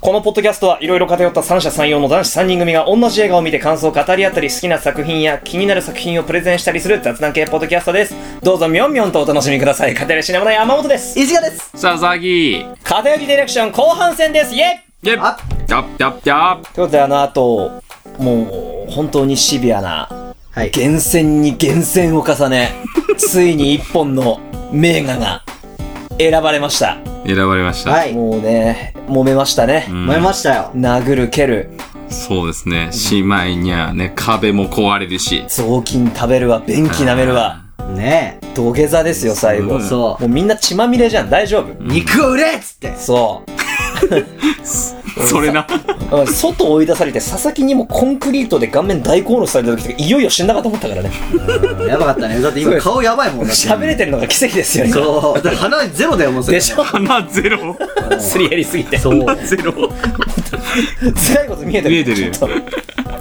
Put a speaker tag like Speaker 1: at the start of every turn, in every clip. Speaker 1: このポッドキャストはいろいろ偏った三者三様の男子三人組が同じ映画を見て感想を語り合ったり好きな作品や気になる作品をプレゼンしたりする雑談系ポッドキャストです。どうぞみょんみょんとお楽しみください。片寄シナムの山本です。
Speaker 2: 石川です
Speaker 3: さあ、ザギー。
Speaker 1: 片寄ディレクション後半戦です。イェイ
Speaker 3: やっ
Speaker 2: あ
Speaker 3: やっやっやっ
Speaker 1: ということであの後、もう本当にシビアな、
Speaker 2: はい
Speaker 1: 厳選に厳選を重 ね、ついに一本の名画が選ばれました。
Speaker 3: 選ばれました。
Speaker 2: はい
Speaker 1: もうね、揉めましたね。
Speaker 3: うん
Speaker 2: 燃えましたよ
Speaker 1: 殴る蹴る
Speaker 3: そうですね。しまいにゃね、壁も壊れるし。
Speaker 1: 雑巾食べるわ便器舐めるわ
Speaker 2: ねえ
Speaker 1: 土下座ですよ最後、
Speaker 3: うん
Speaker 1: そ
Speaker 2: そう
Speaker 1: もうみんな血まみれじゃん大丈夫、
Speaker 2: 肉を売れっつって
Speaker 1: そう
Speaker 3: それな。
Speaker 1: うん外追い出されて佐々木にもコンクリートで顔面大口論された時とかいよいよ死んだかと思ったからね
Speaker 2: うんやばかったねだって今顔やばいもんだって
Speaker 1: 喋れてるのが奇跡ですよね
Speaker 2: そうだって鼻ゼロだよもうそれ
Speaker 1: でしょ
Speaker 3: 鼻ゼロ。
Speaker 1: すり減りすぎて
Speaker 2: そう
Speaker 3: ゼロ。
Speaker 1: 辛いこと見えてる
Speaker 3: 見えてるよ
Speaker 1: ちょっ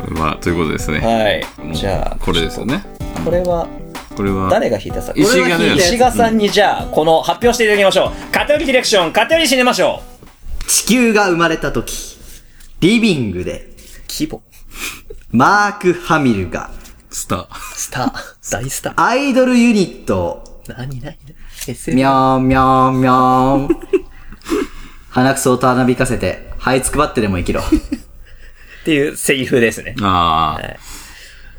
Speaker 3: まあ、ということです
Speaker 1: と
Speaker 3: ね。
Speaker 1: はい
Speaker 3: もう
Speaker 1: じゃあ
Speaker 3: これですよね。
Speaker 1: これは
Speaker 3: これは。
Speaker 1: 誰が弾いたさ
Speaker 3: 石が
Speaker 2: 俺が弾
Speaker 3: ね
Speaker 2: い、たやつ
Speaker 1: 石賀さんにじゃあこの発表していただきましょう偏りディレクション偏り死ねましょう
Speaker 2: 地球が生まれた時リビングで
Speaker 1: 規模
Speaker 2: マーク・ハミルが
Speaker 3: スター。
Speaker 1: スター大スター
Speaker 2: アイドルユニットを
Speaker 1: 何何 ?SF
Speaker 2: みょーんみょーんみょーん鼻くそをたなびかせて這いつくばってでも生きろ
Speaker 1: っていうセリフですね。
Speaker 3: ああ。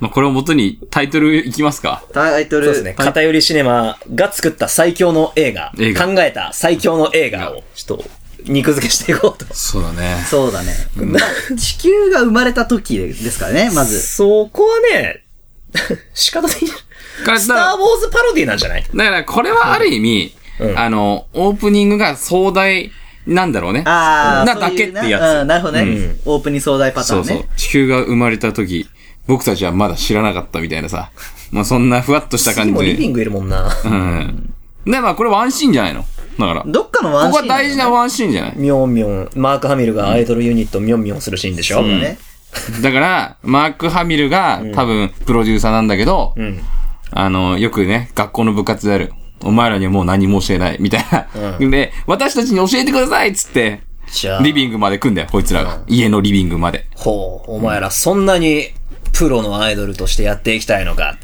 Speaker 3: まあ、これをもとにタイトルいきますか。
Speaker 2: タイトル
Speaker 1: そうですね。偏りシネマが作った最強の映画。
Speaker 3: 映画
Speaker 1: 考えた最強の映画を、ちょっと、肉付けしていこうと。
Speaker 3: そうだね。
Speaker 2: そうだね、 地球が生まれた時ですからねまず
Speaker 1: そこはね、 仕方的に。
Speaker 3: から
Speaker 1: スターウォーズパロディなんじゃない
Speaker 3: だから、これはある意味、
Speaker 1: うん
Speaker 3: あの、オープニングが壮大なんだろうね。
Speaker 2: ああ
Speaker 3: なだけってやつ。
Speaker 2: うん、なるほどね、オープニング壮大パターンね
Speaker 3: そうそう。地球が生まれた時、僕たちはまだ知らなかったみたいなさ。まあそんなふわっとした
Speaker 1: 次
Speaker 3: 感じ
Speaker 1: もリビ
Speaker 3: で。
Speaker 1: ングいるもんな。
Speaker 3: うん。で、まあこれワンシーンじゃないのだから。こ
Speaker 2: どっかのワン
Speaker 3: こ
Speaker 2: シ
Speaker 3: は
Speaker 2: ーンだよ
Speaker 3: 大事なワンシーンじゃない
Speaker 1: ミョンミョン、マーク・ハミルがアイドルユニットミョンミョンするシーンでしょ
Speaker 2: そうだね、
Speaker 3: だから、マーク・ハミルが多分プロデューサーなんだけど、
Speaker 1: ん
Speaker 3: あの、よくね、学校の部活である。お前らにはもう何も教えない。みたいな。で、私たちに教えてくださいっつって、
Speaker 1: じゃあ、
Speaker 3: リビングまで来んだよ、こいつらが。家のリビングまで。
Speaker 1: ほう、お前らそんなにプロのアイドルとしてやっていきたいのか。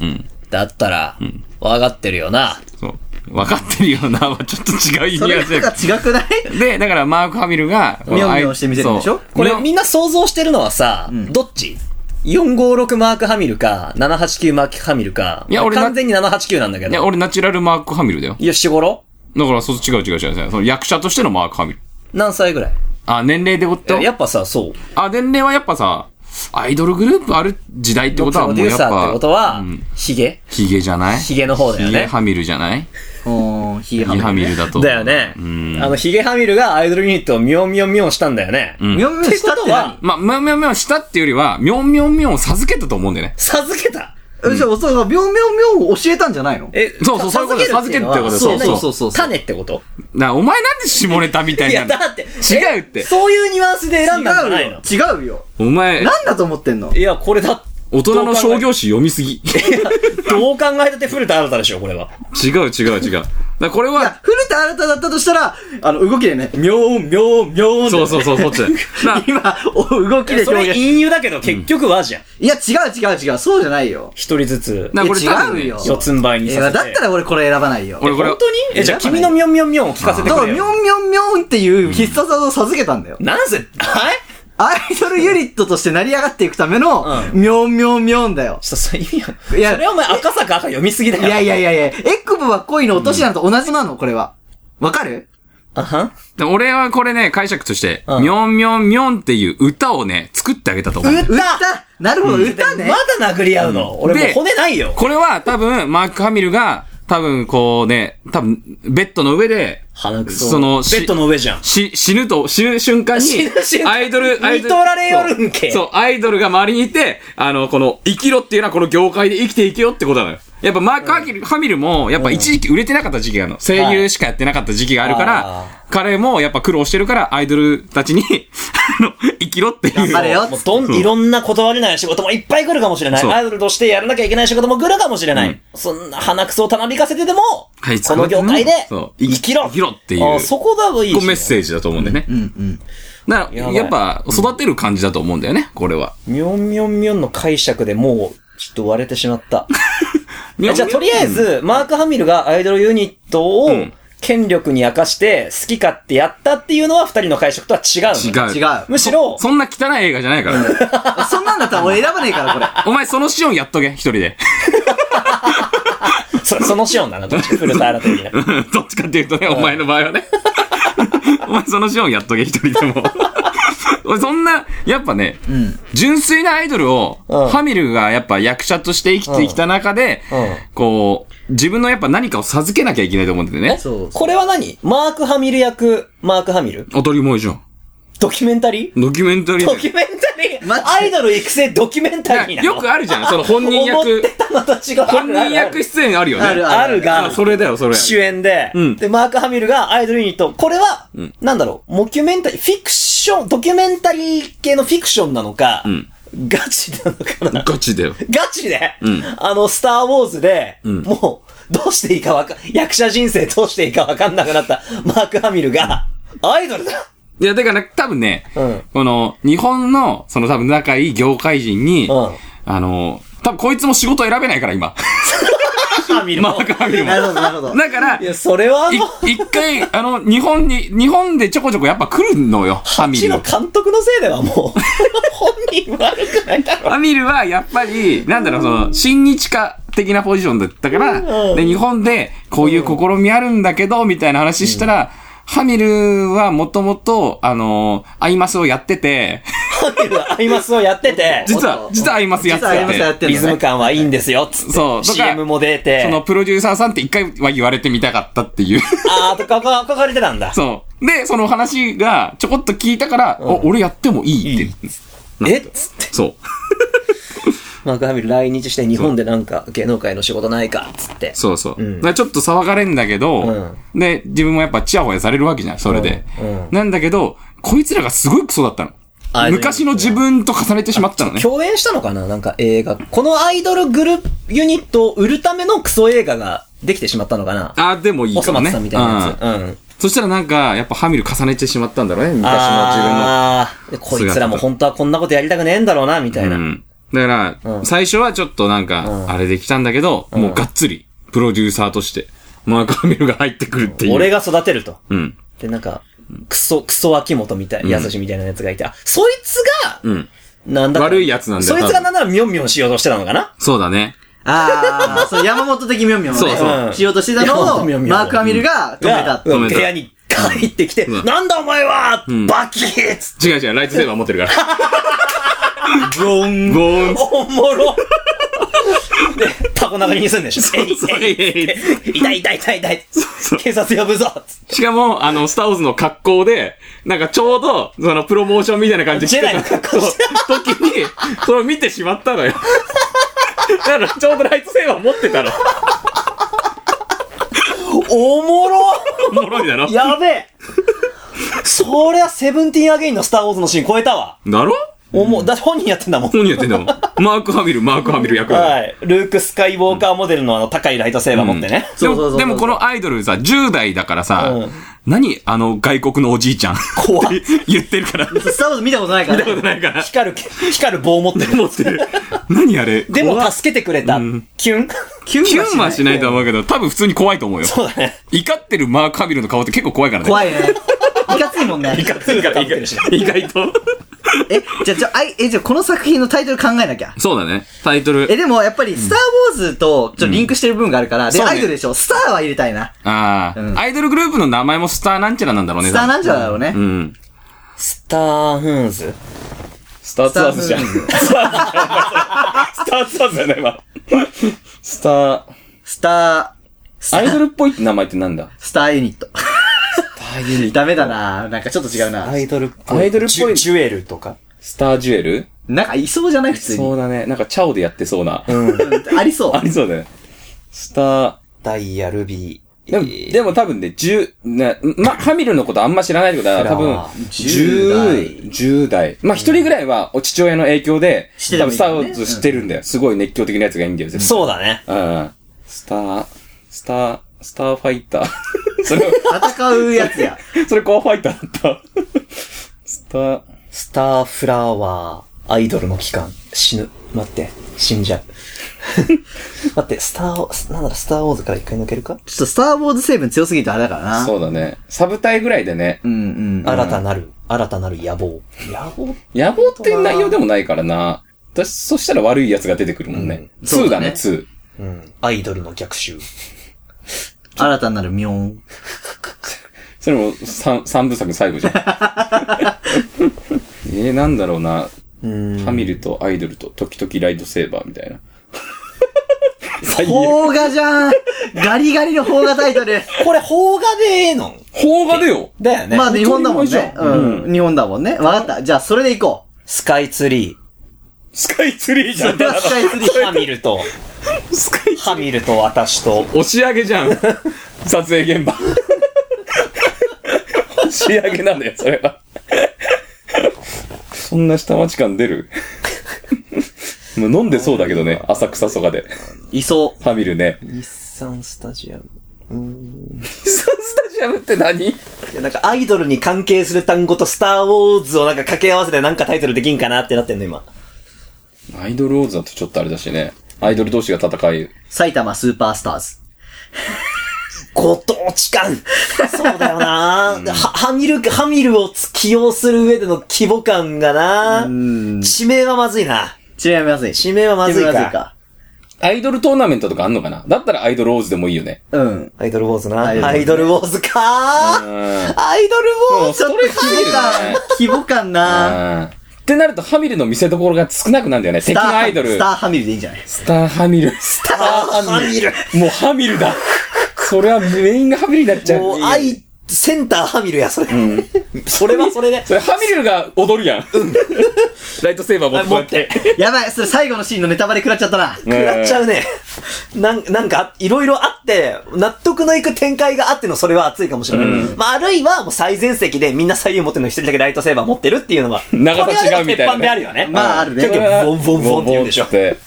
Speaker 1: だったら、わかってるよな。
Speaker 3: そう。分かってるよな、は ちょっと違う意
Speaker 2: そ
Speaker 3: 味が
Speaker 2: れ
Speaker 3: する
Speaker 2: なんか違くない
Speaker 3: で、だからマーク・ハミルが、
Speaker 2: ミョンミョンしてみせるんでしょ
Speaker 1: これみ
Speaker 3: み
Speaker 1: んな想像してるのはさ、どっち ?456 マークハミルか、789マークハミルか。
Speaker 3: いや俺な
Speaker 1: 完全に789なんだけ
Speaker 3: いや、
Speaker 1: ど。
Speaker 3: 俺ナチュラルマーク・ハミルだよ。
Speaker 1: 吉頃
Speaker 3: だから、そう、違う違う違う違う。その役者としてのマーク・ハミル。
Speaker 1: 何歳ぐらい
Speaker 3: あ、年齢でこっ
Speaker 1: い
Speaker 3: と
Speaker 1: ややっぱさ、そう。
Speaker 3: あ、年齢はやっぱさ、アイドルグループある時代ってことはも
Speaker 1: プロ
Speaker 3: う
Speaker 1: デュー
Speaker 3: やっ
Speaker 1: サーってこと
Speaker 3: ぱ、
Speaker 1: は、ヒゲ
Speaker 3: ヒゲじゃない
Speaker 1: ヒゲの方だよ
Speaker 3: ヒゲ
Speaker 1: ね。
Speaker 3: ハミルじゃない
Speaker 2: おー、ヒー
Speaker 3: ヒゲハミルだと。
Speaker 1: だよ。ね。あの、ヒゲハミルがアイドルユニットをミョンミョンミョンしたんだよね。
Speaker 3: ん
Speaker 2: ミョンミョンした
Speaker 1: っ
Speaker 2: っ
Speaker 1: てこと
Speaker 2: て
Speaker 1: は
Speaker 2: 何
Speaker 3: まあ、みょんみょんみょんしたっていうよりは、みょんみょんみょんを授けたと思うんだよね。
Speaker 1: 授けた
Speaker 2: え、じゃあ、そう、ミョンミョンミョンを教えたんじゃないの
Speaker 1: え、
Speaker 3: そうそうそういうこと
Speaker 1: 授けるのは
Speaker 3: 授けるってことそう
Speaker 2: そうそうそう
Speaker 1: 種ってこと
Speaker 3: な、お前なんで下ネタみたい
Speaker 1: い
Speaker 3: な
Speaker 1: や、
Speaker 3: の
Speaker 1: だって。
Speaker 3: 違うって
Speaker 1: えそういうニュアンスで選んだんじゃないの
Speaker 2: 違うよ。違うよ。
Speaker 3: お前、
Speaker 2: なんだと思ってんの
Speaker 1: いや、これだ、
Speaker 3: 大人の商業誌読みすぎ。
Speaker 1: どう考えたって古田新太でしょ、これは。
Speaker 3: 違う違う違う。だからこれ
Speaker 2: い
Speaker 3: は
Speaker 2: や、、古田新太だったとしたら、あの、動きでね、ミョン、ミョン、ミョンって
Speaker 3: そうそうそう、そっちだよ。 な
Speaker 2: 今、お動きで
Speaker 1: そ
Speaker 2: 表
Speaker 1: れ
Speaker 2: 現。
Speaker 1: 隠喩だけど、結局はじゃん。
Speaker 2: いや、違う違う違う、そうじゃないよ。
Speaker 1: 一人ずつ。
Speaker 3: な
Speaker 2: え
Speaker 3: これ多分ね
Speaker 2: 違うよ。
Speaker 1: 四つん這いに
Speaker 2: い
Speaker 1: さ
Speaker 2: や、
Speaker 1: せて。
Speaker 2: だったら俺これ選ばないよ。
Speaker 3: 俺これ
Speaker 1: 本当にえ、じゃあ
Speaker 2: 選ばな
Speaker 1: 君
Speaker 2: い
Speaker 1: のミョンミョンミョンを聞かせて
Speaker 2: だか
Speaker 1: くれ
Speaker 2: ら、ミョ
Speaker 1: よ。
Speaker 2: ンミョンミョンっていう必殺技を授けたんだよ。
Speaker 1: なんせ、はい
Speaker 2: アイドルユニットとして成り上がっていくための
Speaker 1: う、
Speaker 2: ミョンミョンミョンだよ。
Speaker 1: ちょっとそれ意味は。そ
Speaker 2: いや
Speaker 1: れお前赤坂赤読みすぎだ
Speaker 2: い
Speaker 1: よ。
Speaker 2: やいやいやいや、エクボは恋の落とし穴と同じなの、これは。わかる
Speaker 1: あはん
Speaker 3: で俺はこれね、解釈として、
Speaker 1: うん
Speaker 3: みょんみょんみょんっていう歌をね、作ってあげたと思う。
Speaker 1: 歌
Speaker 2: なるほど、歌ね
Speaker 1: ま。だ殴り合うの。俺もう
Speaker 3: で
Speaker 1: 骨ないよ。
Speaker 3: これは多分、マーク・ハミルが、多分こうね、多分、ベッドの上で、
Speaker 1: 鼻くそ。
Speaker 3: その
Speaker 1: ベッドの上じゃん。
Speaker 3: し、死ぬと、死ぬ瞬間
Speaker 1: 死
Speaker 3: に
Speaker 1: ぬ瞬、間
Speaker 3: アイドル、アイドル。
Speaker 1: 見とられよるんけ
Speaker 3: そうそう、アイドルが周りにいて、あの、この、生きろっていうのはこの業界で生きていけよってことなのよ。やっぱマーク・ハミルハミルも、やっぱ一時期売れてなかった時期があるの。声優しかやってなかった時期があるか
Speaker 1: あ
Speaker 3: ら、彼もやっぱ苦労してるから、アイドルたちに、 あの、生きろっていう。
Speaker 2: 張れよ
Speaker 1: もうどん、いろんな断れない仕事もいっぱい来るかもしれない。
Speaker 3: そう
Speaker 1: アイドルとしてやらなきゃいけない仕事も来るかもしれない。
Speaker 3: うん
Speaker 1: そんな鼻くそをたなびかせてでも、
Speaker 3: はい
Speaker 1: この業界で
Speaker 3: そう
Speaker 1: 生きろ
Speaker 3: 生きろっていう
Speaker 1: あそこだといいし
Speaker 3: こうメッセージだと思うんだよね。
Speaker 2: うんうん。
Speaker 3: だか
Speaker 1: や
Speaker 3: ら、
Speaker 1: ばい
Speaker 3: やっぱ、育てる感じだと思うんだよね、これは。
Speaker 1: みょんみょんみょんの解釈でもう、ちょっと割れてしまった。
Speaker 3: みょん
Speaker 1: じゃあ、とりあえず、マーク・ハミルがアイドルユニットを
Speaker 3: ん
Speaker 1: 権力に明かして、好き勝手やったっていうのは二人の解釈とは違うの。
Speaker 3: 違う。
Speaker 2: 違う。
Speaker 1: むしろ、
Speaker 3: そんな汚い映画じゃないから。
Speaker 2: そんなんだったら俺選ばねえから、これ。
Speaker 3: お前そのシオンやっとけ、一人で。
Speaker 1: そそのシオンだな、どっ ちか古田新太的な。
Speaker 3: どっちかっていうとね、お前の場合 はね。お前そのシオンやっとけ、一人でも。俺そんな、やっぱね、
Speaker 2: うん。
Speaker 3: 純粋なアイドルを、
Speaker 1: うん
Speaker 3: ハミルがやっぱ役者として生きてきた中で、
Speaker 1: うん
Speaker 3: こう、自分のやっぱ何かを授けなきゃいけないと思うんだよね。
Speaker 2: そう。
Speaker 1: これは何マーク・ハミル役、マーク・ハミル
Speaker 3: 当たり前じゃん。
Speaker 1: ドキュメンタリー
Speaker 3: ドキュメンタリー
Speaker 1: ド
Speaker 3: だよ
Speaker 1: キュメンタリ
Speaker 2: マジ
Speaker 1: ーアイドル育成ドキュメンタリーなの
Speaker 3: よくあるじゃん、その本人
Speaker 1: 思っ
Speaker 3: 役
Speaker 1: て。たのと違う。
Speaker 3: 本人役出演あるよね。
Speaker 2: ある
Speaker 1: ある
Speaker 3: あ
Speaker 1: が、
Speaker 3: それだよ、それ。
Speaker 1: 主演で、
Speaker 3: うん
Speaker 1: で、マーク・ハミルがアイドルユニット。これは、なんだろう、モキュメンタリー、フィクション、ドキュメンタリー系のフィクションなのか、
Speaker 3: ん
Speaker 1: ガチなのかな。
Speaker 3: ガチだよ。
Speaker 1: ガチで、
Speaker 3: ん
Speaker 1: あの、スター・ウォーズで、
Speaker 3: ん
Speaker 1: もう、どうしていいかわか、役者人生どうしていいかわかんなくなったマーク・ハミルが、アイドルだ
Speaker 3: いや、だからね、多分ね、
Speaker 1: うん
Speaker 3: この、日本の、その多分仲いい業界人に、
Speaker 1: うん
Speaker 3: あの、多分こいつも仕事選べないから、今。
Speaker 1: ハミル
Speaker 3: マ
Speaker 1: も。
Speaker 3: ーク・ハミルも
Speaker 2: な。るほど、なるほど。
Speaker 3: だから、
Speaker 1: い
Speaker 3: い
Speaker 1: や、それはあの、
Speaker 3: 一回、あの、日本に、日本でちょこちょこやっぱ来るのよ、ハ
Speaker 1: う
Speaker 3: ミ
Speaker 1: ち
Speaker 3: ル
Speaker 1: の。監督のせいで はもう、本人悪くないだろ。
Speaker 3: ハミルはやっぱり、なんだろう、その、親日家的なポジションだったから、
Speaker 1: うん
Speaker 3: で、日本でこういう試みあるんだけど、みたいな話したら、ハミルはもともと、あの、アイマスをやってて、
Speaker 1: ハミルはアイマスをやってて、
Speaker 3: 実は、実はアイマスやって
Speaker 2: 実はアイマスやって
Speaker 3: て、
Speaker 2: んのね
Speaker 1: リズム感はいいんですよ、つって。
Speaker 3: そうとか
Speaker 1: CM も出て。
Speaker 3: そのプロデューサーさんって一回は言われてみたかったっ ていう。
Speaker 1: あーとか、か、書かれてたんだ。
Speaker 3: そう。で、その話がちょこっと聞いたから、お俺やってもいいって。
Speaker 1: えっつって。
Speaker 3: そう。
Speaker 1: マークハミル来日して日本でなんか芸能界の仕事ないか、つって。
Speaker 3: そうそう。
Speaker 1: うん
Speaker 3: だからちょっと騒がれんだけど、
Speaker 1: う
Speaker 3: で、自分もやっぱチヤホヤされるわけじゃん、それで。
Speaker 1: うんうん
Speaker 3: なんだけど、こいつらがすごいクソだったの
Speaker 1: アイド。ル
Speaker 3: 昔の自分と重ねてしまったのね。
Speaker 1: 共演したのかななんか映画。このアイドルグループユニットを売るためのクソ映画ができてしまったのかな
Speaker 3: あー、でもいい
Speaker 1: お
Speaker 3: か
Speaker 1: そ
Speaker 3: も
Speaker 1: 松
Speaker 3: ね。
Speaker 1: さんみたいな
Speaker 3: うん
Speaker 1: やつ。うん。
Speaker 3: そしたらなんか、やっぱハミル重ねてしまったんだろうね、昔の自分の。
Speaker 1: あーでこいつらも本当はこんなことやりたくねえんだろうな、みたいな。
Speaker 3: うん。だから、
Speaker 1: うん
Speaker 3: 最初はちょっとなんか、あれできたんだけど、もうがっつり、プロデューサーとして、マーク・ハミルが入ってくるっていう。
Speaker 1: 俺が育てると。
Speaker 3: うん。
Speaker 1: で、なんか、クソ、クソ秋元みたいな、やすしみたいなやつがいて、あ、そいつが、
Speaker 3: うん。
Speaker 1: なんだか
Speaker 3: 悪いやつなんだ
Speaker 1: そ
Speaker 3: よ
Speaker 1: いつがなんならみょんみょんしようとしてたのかな
Speaker 3: そうだね。
Speaker 2: ああ、そう、山本的ミョンミョンを
Speaker 3: そうそう
Speaker 2: ね、しようとしてたの
Speaker 1: う
Speaker 2: を、
Speaker 1: ん
Speaker 2: マーク・アミルが止めた
Speaker 1: が、
Speaker 2: って。
Speaker 1: うん
Speaker 3: 止めた
Speaker 1: 部屋に帰ってきて、
Speaker 3: うん
Speaker 1: なんだお前は、
Speaker 3: ん
Speaker 1: バキッつっ
Speaker 3: 違う違う、ライトセーバー持ってるから。
Speaker 1: て、ブロン、
Speaker 3: ボーン
Speaker 1: おもろ。 で、タコ中に住んでしょ。えいえい痛い痛い痛い痛い。警察呼ぶぞつって
Speaker 3: しかも、あの、スターウォーズの格好で、なんかちょうど、その、プロモーションみたいな感じで
Speaker 1: ジェダイの格好して
Speaker 3: そう時に、それを見てしまったのよ。だから、ちょうどライトセーバー持ってたの。
Speaker 1: おもろ
Speaker 3: おもろいだろ
Speaker 1: やべえそりゃ、セブンティーンアゲインのスターウォーズのシーン超えたわ。
Speaker 3: だろ
Speaker 1: おも、だって本人やってんだもん。
Speaker 3: 何やってんだもん。マーク・ハミル、マーク・ハミル役だよ
Speaker 1: はい。ルーク・スカイウォーカーモデルのあの高いライトセーバー持ってね。
Speaker 3: で
Speaker 2: そうそうそうそ
Speaker 3: も、
Speaker 2: う
Speaker 3: でもこのアイドルさ、10代だからさ、
Speaker 1: うん
Speaker 3: 何あの外国のおじいちゃん。
Speaker 1: 怖っ
Speaker 3: 言ってるから。見
Speaker 2: スターウォーズ見たことないから
Speaker 3: た。ことないから。
Speaker 1: 光る、光る棒持ってる。
Speaker 3: 持ってる。 何あれ
Speaker 1: で
Speaker 3: 怖
Speaker 1: も
Speaker 3: っ
Speaker 1: 助けてくれた。キュン
Speaker 2: キュ
Speaker 3: キュンはしないと思うけど、多分普通に怖いと思うよ。
Speaker 1: そうだね。
Speaker 3: 怒ってるマーク・ハミルの顔って結構怖いからね。
Speaker 2: 怖いね。いかついもんね。
Speaker 1: ガッツリかかってるし。
Speaker 3: 意外と。
Speaker 2: え、じゃあ、じゃあ、あいえ、じゃあ、この作品のタイトル考えなきゃ。
Speaker 3: そうだね。タイト
Speaker 2: え、
Speaker 3: ル。
Speaker 2: でも、やっぱり、スターウォーズと、ちょっとリンクしてる部分があるから、で、
Speaker 3: そうね
Speaker 2: アイドルでしょ。スターは入れたいな。
Speaker 3: ああ、
Speaker 2: うん
Speaker 3: アイドルグループの名前もスターなんちゃらなんだろうね。
Speaker 2: スターなんじゃだろうね
Speaker 3: う。ん。
Speaker 1: スターフーンズ
Speaker 3: スター
Speaker 2: ツアーズじゃん
Speaker 3: スターツアーズじゃないわ。スター、
Speaker 2: スター、
Speaker 3: アイドルっぽい名前ってなんだ
Speaker 2: スターユニット。ダメだななんかちょっと違うな
Speaker 1: ア。イドルっぽい。
Speaker 3: アイドルっぽい
Speaker 1: ジュジュエルとか。
Speaker 3: スタージュエル
Speaker 2: なんか、いそうじゃない普通に。
Speaker 3: そうだね。なんかチャオでやってそうな。
Speaker 2: うんありそう
Speaker 3: あ。りそうだね。スター、
Speaker 1: ダイヤルビー。
Speaker 3: でも、でも多分ね、十、ね、ま、ハミルのことあんま知らないってことは、多分
Speaker 1: あ、
Speaker 2: 10
Speaker 3: 10
Speaker 2: 代
Speaker 3: 代。10代。まあ、一人ぐらいは、お父親の影響で、
Speaker 2: 知ってた
Speaker 3: 多
Speaker 2: み
Speaker 3: 分、
Speaker 2: た
Speaker 3: サ
Speaker 2: いなね
Speaker 3: ウズ知ってるんだよ。すごい熱狂的なやつがいいんだよ、絶
Speaker 1: そうだね。
Speaker 3: 対。うん。スター、スター、スター ファイター。それ、
Speaker 2: 戦うやつや。
Speaker 3: それコアファイターだった。スター、
Speaker 1: スターフラワー、アイドルの期間、死ぬ。待って、死んじ ゃう。待って、スターを、なんだろ、スターウォーズから一回抜けるか
Speaker 2: ちょっとスターウォーズ成分強すぎてあれだからな。
Speaker 3: そうだね。サブ隊ぐらいでね。
Speaker 2: うんうん。
Speaker 1: 新たなる、新たなる野望。野望
Speaker 3: 野望っていう内容でもないからな。私、そしたら悪いやつが出てくるもんね。
Speaker 2: そ
Speaker 3: 2
Speaker 2: うだ
Speaker 3: だ
Speaker 2: ね
Speaker 3: ね、2。
Speaker 1: うん。アイドルの逆襲。
Speaker 2: 新たなる妙音。
Speaker 3: それも三三部作最 後じゃん。えー、なんだろうな。ハミルとアイドルと時々ライドセーバーみたいな。最悪。
Speaker 2: 邦画じゃんガリガリの邦画タイトル。
Speaker 1: これ、邦画でええのん
Speaker 3: 邦画だよ
Speaker 1: だよね。
Speaker 2: まあ日本だもん
Speaker 3: 当たり
Speaker 2: ね
Speaker 3: 前。じゃん
Speaker 2: うん。日本だもんね。わかった。じゃあそれでいこ
Speaker 1: スカイツリー。
Speaker 3: スカイツリーじゃ
Speaker 2: う。
Speaker 3: ん
Speaker 2: で。はスカイツリー。
Speaker 1: ハミルと、
Speaker 3: スカイ
Speaker 1: ハミルと私と、
Speaker 3: 押し上げじゃん。撮影現場。押し上げなんだよ、それは。そんな下町感出るもう飲んでそうだけどね、浅草とかで。
Speaker 2: いそ。。
Speaker 3: ハミルね。
Speaker 1: 日産スタジアム。
Speaker 3: サンスタジアムって何
Speaker 1: いや、なんかアイドルに関係する単語とスターウォーズをなんか掛け合わせてなんかタイトルできんかなってなってんの、今。
Speaker 3: アイドルウォーズだとちょっとあれだしね。アイドル同士が戦いう
Speaker 2: 埼玉スーパースターズ。
Speaker 1: ご当地感。そうだよな、はハミル、ハミルを起用する上での規模感がな、地名はまずいな。
Speaker 2: 違いますね。
Speaker 1: 地名はまずいか
Speaker 2: 地名
Speaker 3: アイドルトーナメントとかあんのかなだったらアイドルウォーズでもいいよね。
Speaker 2: うん。
Speaker 1: アイドルウォーズな。
Speaker 2: ア
Speaker 1: アイ
Speaker 2: イ
Speaker 1: ドルウォーズか
Speaker 3: うん。
Speaker 1: アイドルウォーズ
Speaker 2: ちょっと規模
Speaker 3: う
Speaker 2: 感
Speaker 3: ん、
Speaker 2: 規模感な
Speaker 3: ってなると、ハミルの見せ所が少なくなるんだよね。敵のアイドル。
Speaker 2: スターハミルでいいんじゃない
Speaker 3: スターハミル。スターハミル。もうハミルだ。それはメインがハミルになっちゃう。
Speaker 1: もう、アイ、センターハミルや、それ。それはそれで。
Speaker 3: それハミルが踊るやん。ライトセーバー持って
Speaker 1: 持
Speaker 3: こうや
Speaker 1: っ
Speaker 3: ってて。。
Speaker 2: やばい、それ最後のシーンのネタバレ食らっちゃったな。
Speaker 1: 食らっちゃう ね。なんなんか、いろいろあって、納得のいく展開があってのそれは熱いかもしれない。まあ、あるいはもう最前席でみんな左右持ってるのに一人だけライトセーバー持ってるっていうのは、
Speaker 3: 長さ違うみたいな
Speaker 1: これはでも鉄
Speaker 3: ね
Speaker 1: 板であるよね。
Speaker 2: まああるね
Speaker 1: キャッキャボンボンボンって言うんでしょ
Speaker 3: ボン。ボンって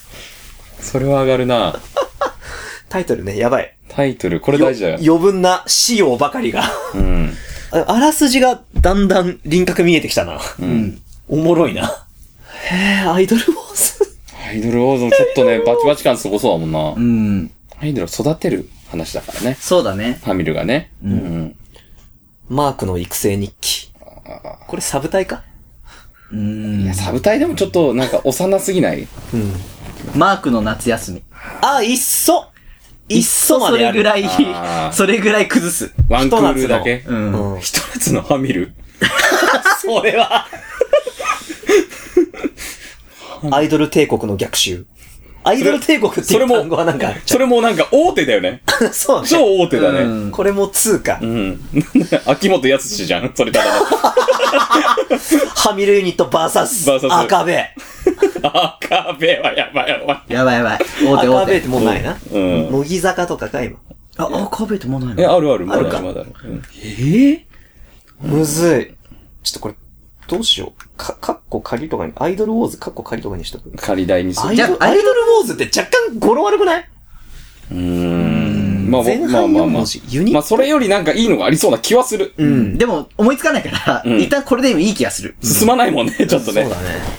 Speaker 3: それは上がるな。
Speaker 1: タイトルね、やばい。
Speaker 3: タイトル、これ
Speaker 1: よ
Speaker 3: 大事だよ。
Speaker 1: 余分な仕様ばかり が。
Speaker 3: うん。
Speaker 1: ああらすじがだんだん輪郭見えてきたな。うん。おもろいな。へえ、アイドルウォーズ。
Speaker 3: アイドルウォーズもちょっとね、バチバチ感すごそうだもん
Speaker 2: う
Speaker 3: な。
Speaker 2: ん。
Speaker 3: アイドルを育てる話だからね。
Speaker 2: そうだね。
Speaker 3: ハミルがね。うん。
Speaker 1: マークの育成日記。これサブ隊か
Speaker 2: うん。
Speaker 3: いや、サブ隊でもちょっとなんか幼すぎない
Speaker 1: うん。
Speaker 2: マークの夏休み。
Speaker 1: あ、いっそいっそま
Speaker 2: そ
Speaker 1: でや
Speaker 2: れ
Speaker 1: る。
Speaker 2: ぐらい
Speaker 3: あ、ー
Speaker 2: それぐらい崩す。
Speaker 3: ワンクールだけ
Speaker 1: ひ。
Speaker 2: う。
Speaker 1: うん ん。
Speaker 3: 一つのハミル。
Speaker 1: それは。 アイドル帝国の逆襲。アイドル帝国ってい
Speaker 3: それ
Speaker 1: う
Speaker 3: も
Speaker 1: 単語はなんか、
Speaker 3: それもなんか大手だよね。
Speaker 1: そうね。
Speaker 3: 超大手だ
Speaker 2: う
Speaker 3: ね。
Speaker 2: ん
Speaker 1: これも通貨。
Speaker 3: うん。秋元康じゃん。それただの。
Speaker 1: ハミルユニットバーサス
Speaker 3: バーサス
Speaker 1: 赤べ。
Speaker 3: 赤べはやばいやばい。
Speaker 2: やばいやばい。大手
Speaker 1: 赤
Speaker 2: 大
Speaker 1: べっ
Speaker 2: 手
Speaker 1: て。もうないな。
Speaker 3: うん
Speaker 1: 乃木坂とかか、今。
Speaker 2: あ、あ、カベってもうない
Speaker 3: え、
Speaker 2: の
Speaker 3: あるある。ま
Speaker 1: あるか
Speaker 3: だまだある。うんえ
Speaker 1: むずい。ちょっとこれ、どうしよう。か、カッコ仮とかに、アイドルウォーズカッコ仮とかにしとく。
Speaker 3: ぇ仮代にす
Speaker 1: ア
Speaker 3: る。
Speaker 1: イ
Speaker 2: じゃ
Speaker 1: ドル、
Speaker 2: あ
Speaker 1: アイドルウォーズって若干語呂悪くないう
Speaker 3: ーん。まあ
Speaker 1: 前
Speaker 3: まあ
Speaker 1: 半
Speaker 3: ま
Speaker 1: 4
Speaker 3: あまあ
Speaker 1: 文字、。ユニ
Speaker 3: まあそれよりなんかいいのがありそうな気はする。
Speaker 2: うん。でも、思いつかないから、
Speaker 3: ん
Speaker 2: 一旦これでもいい気がする。
Speaker 3: 進まないもんね、ちょっ
Speaker 1: そ
Speaker 3: とね。
Speaker 1: うだね。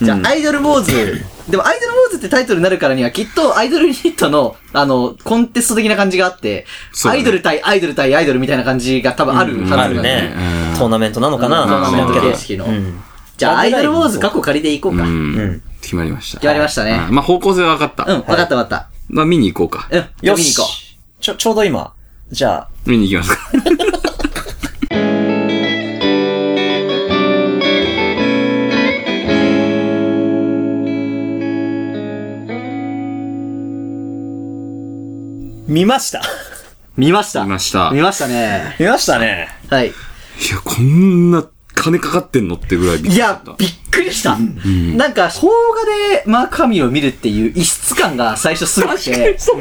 Speaker 2: じゃあ、アイドルウォーズ。でも、アイドルウォーズってタイトルになるからには、きっと、アイドルユニットの、あの、コンテスト的な感じがあって、
Speaker 3: そう
Speaker 2: ア
Speaker 3: だね
Speaker 2: イドル対アイドル対アイドルみたいな感じが多分あるはず
Speaker 1: あ
Speaker 2: なん
Speaker 1: る
Speaker 2: だよ
Speaker 1: ね。トーナメントなのかな
Speaker 2: トーナメント
Speaker 1: 知らんけど
Speaker 2: 形式の
Speaker 1: うん
Speaker 2: じゃあ、アイドルウォーズ過去借りでいこうか。うん、
Speaker 3: ん。決まりました。
Speaker 2: 決まりましたね
Speaker 3: あまあ方向性は分かった。
Speaker 2: わかったわかった。
Speaker 3: まあ見に行こうか。
Speaker 2: うん、
Speaker 1: よ
Speaker 2: 読みに
Speaker 1: し
Speaker 2: 行こ
Speaker 1: ちょ、ちょうど今。じゃあ、
Speaker 3: 見に行きますか。
Speaker 1: 見ました。
Speaker 2: う。見ました。
Speaker 3: 見ました
Speaker 2: 見ましたね。
Speaker 1: 見ましたね。
Speaker 2: はい。
Speaker 3: いや、こんな金かかってんのってぐらいびっくり
Speaker 2: い
Speaker 3: しちゃ
Speaker 2: や
Speaker 3: った、
Speaker 2: びっくりした。なんか、邦画でマークハミルを見るっていう異質感が最初すごくて。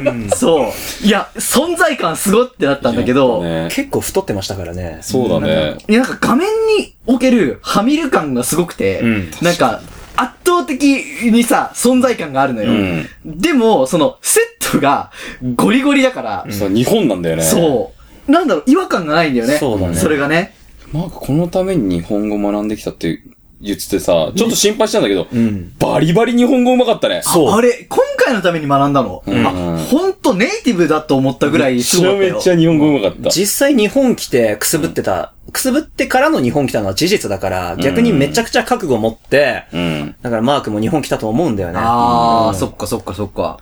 Speaker 2: うんそう。いや、存在感すごってなったんだけど、
Speaker 3: ね
Speaker 1: 結構太ってましたからね。
Speaker 3: そうだね。
Speaker 2: いや、なんか画面におけるハミル感がすごくて、
Speaker 1: ん
Speaker 2: なんか、圧倒的にさ、存在感があるのよ。
Speaker 3: ん
Speaker 2: でも、その、セットがゴリゴリだから、
Speaker 3: そう、日本なんだよね。
Speaker 2: そう。なんだろう、違和感がないんだよね。
Speaker 1: そうだね
Speaker 2: それがね。
Speaker 3: マーク、このために日本語学んできたって言っててさ、ちょっと心配したんだけど、
Speaker 4: ん
Speaker 3: バリバリ日本語うまかったね。
Speaker 2: あれ、今回のために学んだの、
Speaker 3: ん
Speaker 2: あ、ほんとネイティブだと思ったぐらい
Speaker 3: め
Speaker 2: す
Speaker 3: ちゃ
Speaker 2: ごかったよ。
Speaker 3: めちゃ日本語うまかった。
Speaker 1: 実際日本来てくすぶってた、くすぶってからの日本来たのは事実だから、逆にめちゃくちゃ覚悟を持って、
Speaker 3: うん。
Speaker 1: だからマークも日本来たと思うんだよね。
Speaker 2: ああ、そっかそっかそっか。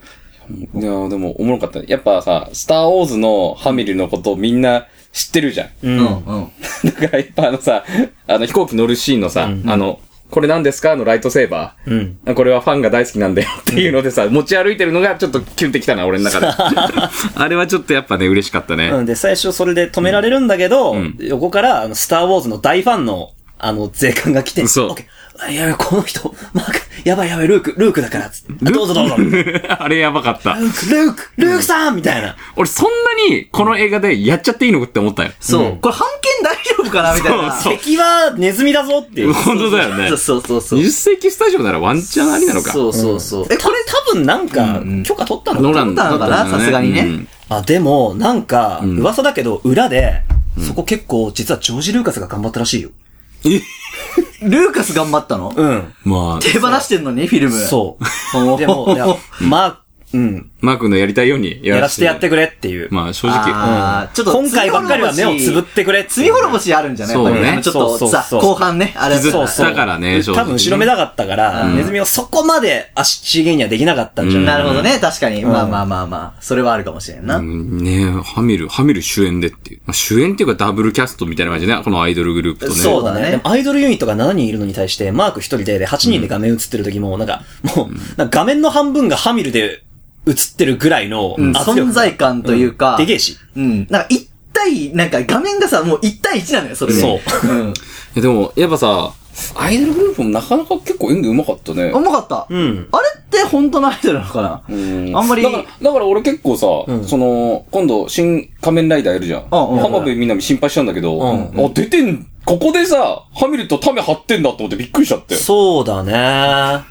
Speaker 3: いやでも、おもろかったね。やっぱさ、スター・ウォーズのハミルのことみんな知ってるじゃん。
Speaker 2: うん、うん。
Speaker 3: だからやっぱあのさ、あの飛行機乗るシーンのさ、あの、これ何ですかあのライトセーバー。うん。これはファンが大好きなんでっていうのでさ、持ち歩いてるのがちょっとキュンってきたな、俺の中で。
Speaker 4: あれはちょっとやっぱね、嬉しかったね。
Speaker 1: うん、で、最初それで止められるんだけど、
Speaker 3: ん
Speaker 1: 横から、あの、スターウォーズの大ファンの、あの、税関が来て、
Speaker 4: そう
Speaker 1: オッケーやばい、この人、マーク、やばいやばい、ルーク、ルークだから、つって。どうぞどうぞ。ルー
Speaker 4: あれやばかった。
Speaker 1: ク、ルーク、ルークさんみたいな。
Speaker 4: 俺そんなにこの映画でやっちゃっていいのって思ったよ。
Speaker 2: そう、これ、版権大丈夫かなみたいな。
Speaker 4: そう
Speaker 1: 敵はネズミだぞ っていう。
Speaker 4: 本当だよね。
Speaker 2: そうそうそう。
Speaker 4: 20世紀スタジオならワンチャンありなのか。
Speaker 2: そうそうそう。
Speaker 1: え、これ多分なんか、許可取ったの
Speaker 4: ノラン
Speaker 2: だったのかなさすがにね
Speaker 4: うん
Speaker 1: あ、でも、なんか、噂だけど、裏で、そこ結構、実はジョージ・ルーカスが頑張ったらしいよ。
Speaker 2: ルーカス頑張ったの、
Speaker 1: うん。
Speaker 4: まあ、
Speaker 2: 手放してんのに、フィルム。
Speaker 1: そう。でも、いやまあ、うん。
Speaker 4: マー君のやりたいように
Speaker 1: やらせてやってくれっていう。
Speaker 4: まあ正直。
Speaker 2: あーちょっと
Speaker 1: 今回ばっかりは目をつぶってくれっていう
Speaker 2: 罪滅ぼしあるんじゃない
Speaker 4: そうね
Speaker 2: やっぱりちょっと
Speaker 1: そうそう
Speaker 2: さ、
Speaker 1: そう
Speaker 2: 後半ね、あれ
Speaker 4: 傷
Speaker 1: そうそう。
Speaker 4: だからね
Speaker 1: で
Speaker 4: 正直
Speaker 1: 多分後ろめたかったから、ネズミをそこまで足芸にはできなかったんじゃない、
Speaker 2: なるほどね、確かに。まあまあまあまあ、それはあるかもしれんな。
Speaker 4: うんねえ、ハミル、ハミル主演でっていう。まあ主演っていうかダブルキャストみたいな感じね。このアイドルグループとね。
Speaker 1: そうだね。
Speaker 2: ね
Speaker 1: でもアイドルユニットが7人いるのに対して、マーク1人でで8人で画面映ってる時も、なんか、もう、なんか画面の半分がハミルで映ってるぐらいの
Speaker 2: うん
Speaker 1: 圧力
Speaker 2: 存在感というか
Speaker 1: でけえし。
Speaker 2: うん。なんか一対、なんか画面がさ、もう一対一なのよ、それで。。
Speaker 1: そう
Speaker 2: うん。
Speaker 4: いやでも、やっぱさ、
Speaker 3: アイドルグループもなかなか結構演技うまかったね。
Speaker 2: うまかった。
Speaker 1: うん。
Speaker 2: あれって本当のアイドルなのかな
Speaker 3: う
Speaker 2: あんまり
Speaker 3: だから、だから俺結構さ、その、今度、新仮面ライダーやるじゃん。
Speaker 2: うんうん
Speaker 3: 浜辺みんな心配したんだけど、
Speaker 1: ん
Speaker 3: あ、出てん、ここでさ、ハミルとタメ張ってんだと思ってびっくりしちゃって。
Speaker 1: そうだね。
Speaker 2: あ、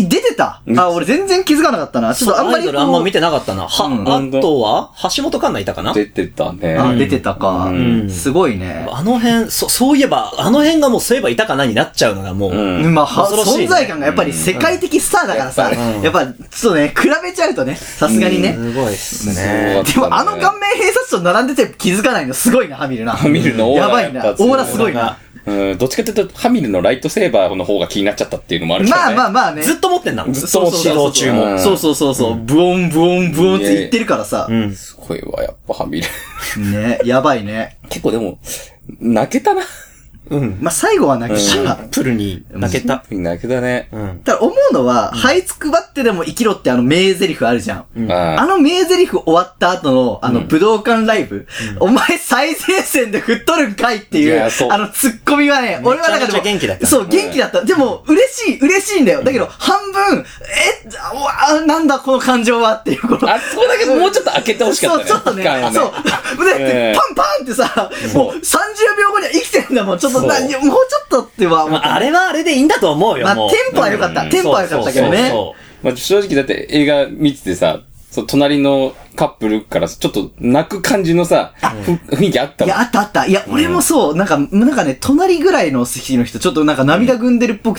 Speaker 2: 出てたあ、俺全然気づかなかったな。ちょっとあんま
Speaker 1: アイ
Speaker 2: り
Speaker 1: ド
Speaker 2: こう。
Speaker 1: ルあんま見てなかったな。は、
Speaker 2: うん
Speaker 1: あとは橋本環奈いたかな
Speaker 3: 出てたね。
Speaker 2: あ、出てたか。すごいね。
Speaker 1: あの辺、そ、そういえば、あの辺がもうそういえばいたかなになっちゃうのがもう、
Speaker 3: うん
Speaker 2: まあ、は
Speaker 1: 恐ろしいね
Speaker 2: 存在感がやっぱり世界的スターだからさ、やっぱ、ちょっとね、比べちゃうとね、さすがにね。
Speaker 1: すごいっす
Speaker 3: そうだ
Speaker 1: ね。
Speaker 3: ったね
Speaker 2: でも、あの顔面偏差値と並んでて気づかないのすごいな、ハミルな。ハ
Speaker 3: ミルのオーラ
Speaker 2: やばいな。
Speaker 3: や
Speaker 2: オ
Speaker 3: っぱ
Speaker 2: ーラすごいな。
Speaker 3: うん、どっちかというと、ハミルのライトセーバーの方が気になっちゃったっていうのもあるけど、ね。
Speaker 2: まあまあまあね。
Speaker 1: ずっと持ってんだもん。
Speaker 3: ずっと持って
Speaker 1: 指導中も。
Speaker 2: そうそうそうそう。ブオンブオンブオンって言ってるからさ。
Speaker 1: うん。
Speaker 3: すごいわ、やっぱハミル。
Speaker 2: ね、やばいね。
Speaker 3: 結構でも、泣けたな。
Speaker 1: うん。
Speaker 2: まあ、最後は泣き
Speaker 1: シ
Speaker 2: しな。
Speaker 1: ンプルに泣けた。
Speaker 3: 泣けたね。
Speaker 1: うん。
Speaker 2: ただ思うのは、這いつくばってでも生きろってあの名台詞あるじゃん。あ
Speaker 3: あ
Speaker 2: の名台詞終わった後の、あの武道館ライブ、お前最前線で吹っとるんかいってい、
Speaker 3: いうやそう
Speaker 2: あのツッコミはね、俺はなん
Speaker 1: めちゃ
Speaker 2: かでも、
Speaker 1: めちゃ元気だった
Speaker 2: そう、元気だった。でも、嬉しい、嬉しいんだよ。だけど、半分、え、うわなんだこの感情はっていう、この
Speaker 3: あ、あそこだけもうちょっと開けてほしかったね。
Speaker 2: そう、ちょっとね
Speaker 3: 期間を。
Speaker 2: そう。で、
Speaker 3: ええ
Speaker 2: パンパンってさ、もう30秒後には生きてんだもん。ちょっと、
Speaker 3: そう
Speaker 2: なもうちょっとっては思った。
Speaker 1: まあ、あれはあれでいいんだと思うよ。
Speaker 2: まあ、テ
Speaker 1: もう
Speaker 2: ンポは良かった。テンポは良かったけどね。
Speaker 1: そう
Speaker 3: まあ、正直だって映画見ててさ、そう隣のカップルからちょっと泣く感じのさ、ふ雰囲気あった
Speaker 2: い
Speaker 3: もん
Speaker 2: や、あったあった。いや、俺もそう、なんか、なんかね、隣ぐらいの席の人、ちょっとなんか涙ぐんでるっぽく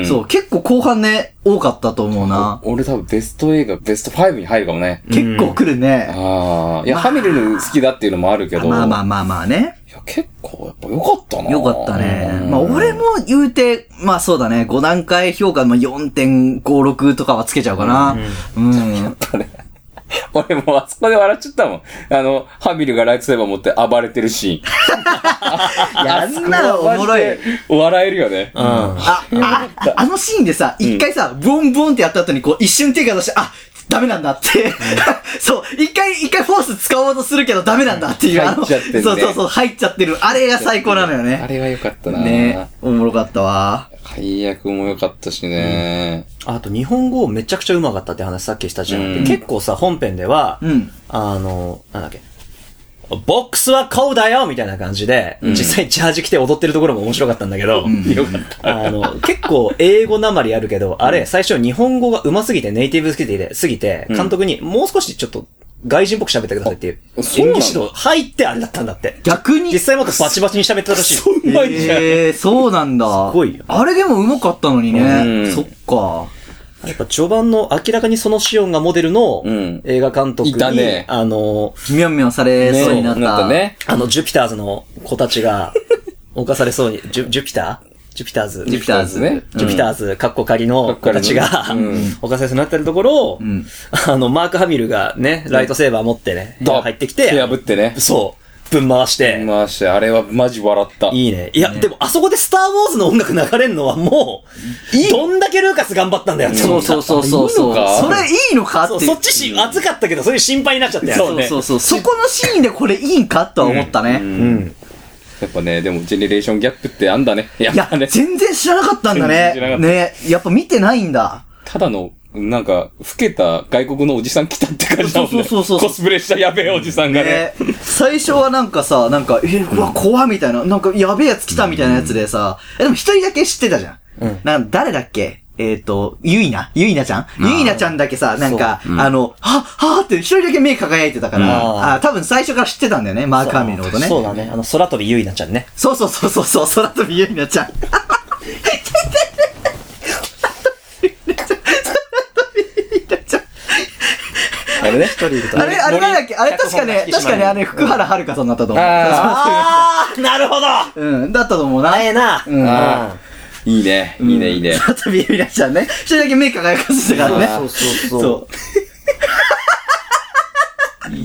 Speaker 3: うん
Speaker 2: そう、結構後半ね、多かったと思うな。
Speaker 3: 俺多分ベスト映画、ベスト5に入るかもね。
Speaker 2: 結構来るね。
Speaker 3: ああ。いや、ハミルの好きだっていうのもあるけど。
Speaker 2: まあまあまあまあね。
Speaker 3: いや、結構やっぱ良かったな。
Speaker 2: よかったね
Speaker 3: う。ん
Speaker 2: まあ、俺も言うて、まあそうだね、5段階評価の4.56とかはつけちゃうかな。うん。
Speaker 3: 俺もうあそこで笑っちゃったもん。あの、ハミルがライトセーバー持って暴れてるシーン。
Speaker 2: い や、あんなのおもろい。。
Speaker 3: 笑えるよね。うん。
Speaker 2: あ、あ、ああのシーンでさ、一回さ、ボンボンってやった後にこう、一瞬手が出して、あ、ダメなんだって。そう、一回、一回フォース使おうとするけどダメなんだっていう。あの
Speaker 3: 入っちゃってんね
Speaker 2: そうそうそう、入っちゃってる。あれが最高なのよ
Speaker 3: あ
Speaker 2: ね。
Speaker 3: れは良かったな。
Speaker 2: ねおもろかったわ。
Speaker 3: 配役も良かったしね。
Speaker 1: そうあと、日本語めちゃくちゃうまかったって話さっきしたじゃん。
Speaker 3: うん
Speaker 1: で結構さ、本編では、
Speaker 2: うん
Speaker 1: あの、なんだっけ。ボックスはこうだよみたいな感じで、実際ジャージ着て踊ってるところも面白かったんだけど、
Speaker 3: 良かった。
Speaker 1: あの、結構英語なまりあるけど、あれ、最初日本語が上手すぎて、ネイティブすぎて、すぎて、監督にもう少しちょっと、外人っぽく喋ってくださいっていう。
Speaker 3: そ
Speaker 1: 演
Speaker 3: うなの
Speaker 1: 技指導入ってあれだったんだって。
Speaker 2: 逆に
Speaker 1: 実際もっとバチバチに喋ってたらしい。
Speaker 3: そんなにじゃん。
Speaker 2: ええー、そうなんだ。す
Speaker 1: ごいよ
Speaker 2: あれでもうまかったのに
Speaker 3: う
Speaker 2: ね。
Speaker 3: ん
Speaker 2: そっか。
Speaker 1: やっぱ序盤の明らかにそのシオンがモデルの
Speaker 3: うん
Speaker 1: 映画監督に、
Speaker 3: いたね
Speaker 1: あの、
Speaker 2: みょんみょんされそうになっ
Speaker 3: なった
Speaker 2: た。
Speaker 3: ね。
Speaker 1: あのジュピターズの子たちが 犯されそうに、ジュジュピタージュピターズ。
Speaker 2: ジュピターズ
Speaker 3: ね。
Speaker 1: ジュピターズ、カッコ仮の子たちが
Speaker 3: カッコ仮のね、
Speaker 1: 犯されそうになってるところを、
Speaker 2: ん
Speaker 1: あの、マーク・ハミルがね、ライトセーバー持ってね、
Speaker 3: ドン
Speaker 1: 入ってきて
Speaker 3: 手、破ってね。
Speaker 1: そう、ぶん回して、
Speaker 3: まして、あれはマジ笑った。
Speaker 1: いいね。いや、でもあそこでスター・ウォーズの音楽流れるのはもう、どんだけルーカス頑張ったんだよって
Speaker 2: そ
Speaker 1: 思っ
Speaker 2: う
Speaker 1: た
Speaker 2: そうそうそうそう。
Speaker 3: いいのか
Speaker 2: それいいのかって
Speaker 1: そ
Speaker 2: いう
Speaker 1: そ
Speaker 2: う。
Speaker 1: っちし、熱かったけど、そういう心配になっちゃったよ。
Speaker 2: そうそうそう。そこのシーンでこれいいんかとは思ったね。
Speaker 1: うん。
Speaker 3: やっぱね、でも、ジェネレーションギャップってあんだね。や
Speaker 2: いや
Speaker 3: っぱ、ね。
Speaker 2: 全然知らなかったんだ
Speaker 3: 全然知らなか
Speaker 2: ね。
Speaker 3: った
Speaker 2: ね。やっぱ見てないんだ。
Speaker 3: ただの、なんか、老けた外国のおじさん来たって感じだもんね。
Speaker 2: そうそうそうそ
Speaker 3: コ
Speaker 2: う
Speaker 3: スプレしたやべえおじさんがね。
Speaker 2: ね、最初はなんかさ、なんか、えー、うわ、怖っみたいな、なんか、やべえやつ来たみたいなやつでさ、え、でも一人だけ知ってたじゃん。なん誰だっけえっ、と、ゆいな、ゆいなちゃんゆいなちゃんだけさ、なんか、あの、は、はーって一人だけ目輝いてたか
Speaker 1: うん
Speaker 2: ら、あ、多分最初から知ってたんだよね、マークハミルのことね。
Speaker 1: そうだね。あの、空飛びゆいなちゃんね。
Speaker 2: そうそうそうそうそう、空飛びゆいなちゃん。
Speaker 3: あれね。
Speaker 2: あれ、あれなんだっけあれ確かね、確かね、あれ、福原遥さんだったと思う。
Speaker 1: あー、なるほどあ
Speaker 2: うん、だったと思うな。
Speaker 1: えな。うん。
Speaker 3: あ いいね。いいね、い いね。
Speaker 2: 空飛びゆいなちゃんね。一人だけ目輝かせてたからね。
Speaker 1: そうそうそう。
Speaker 2: そう。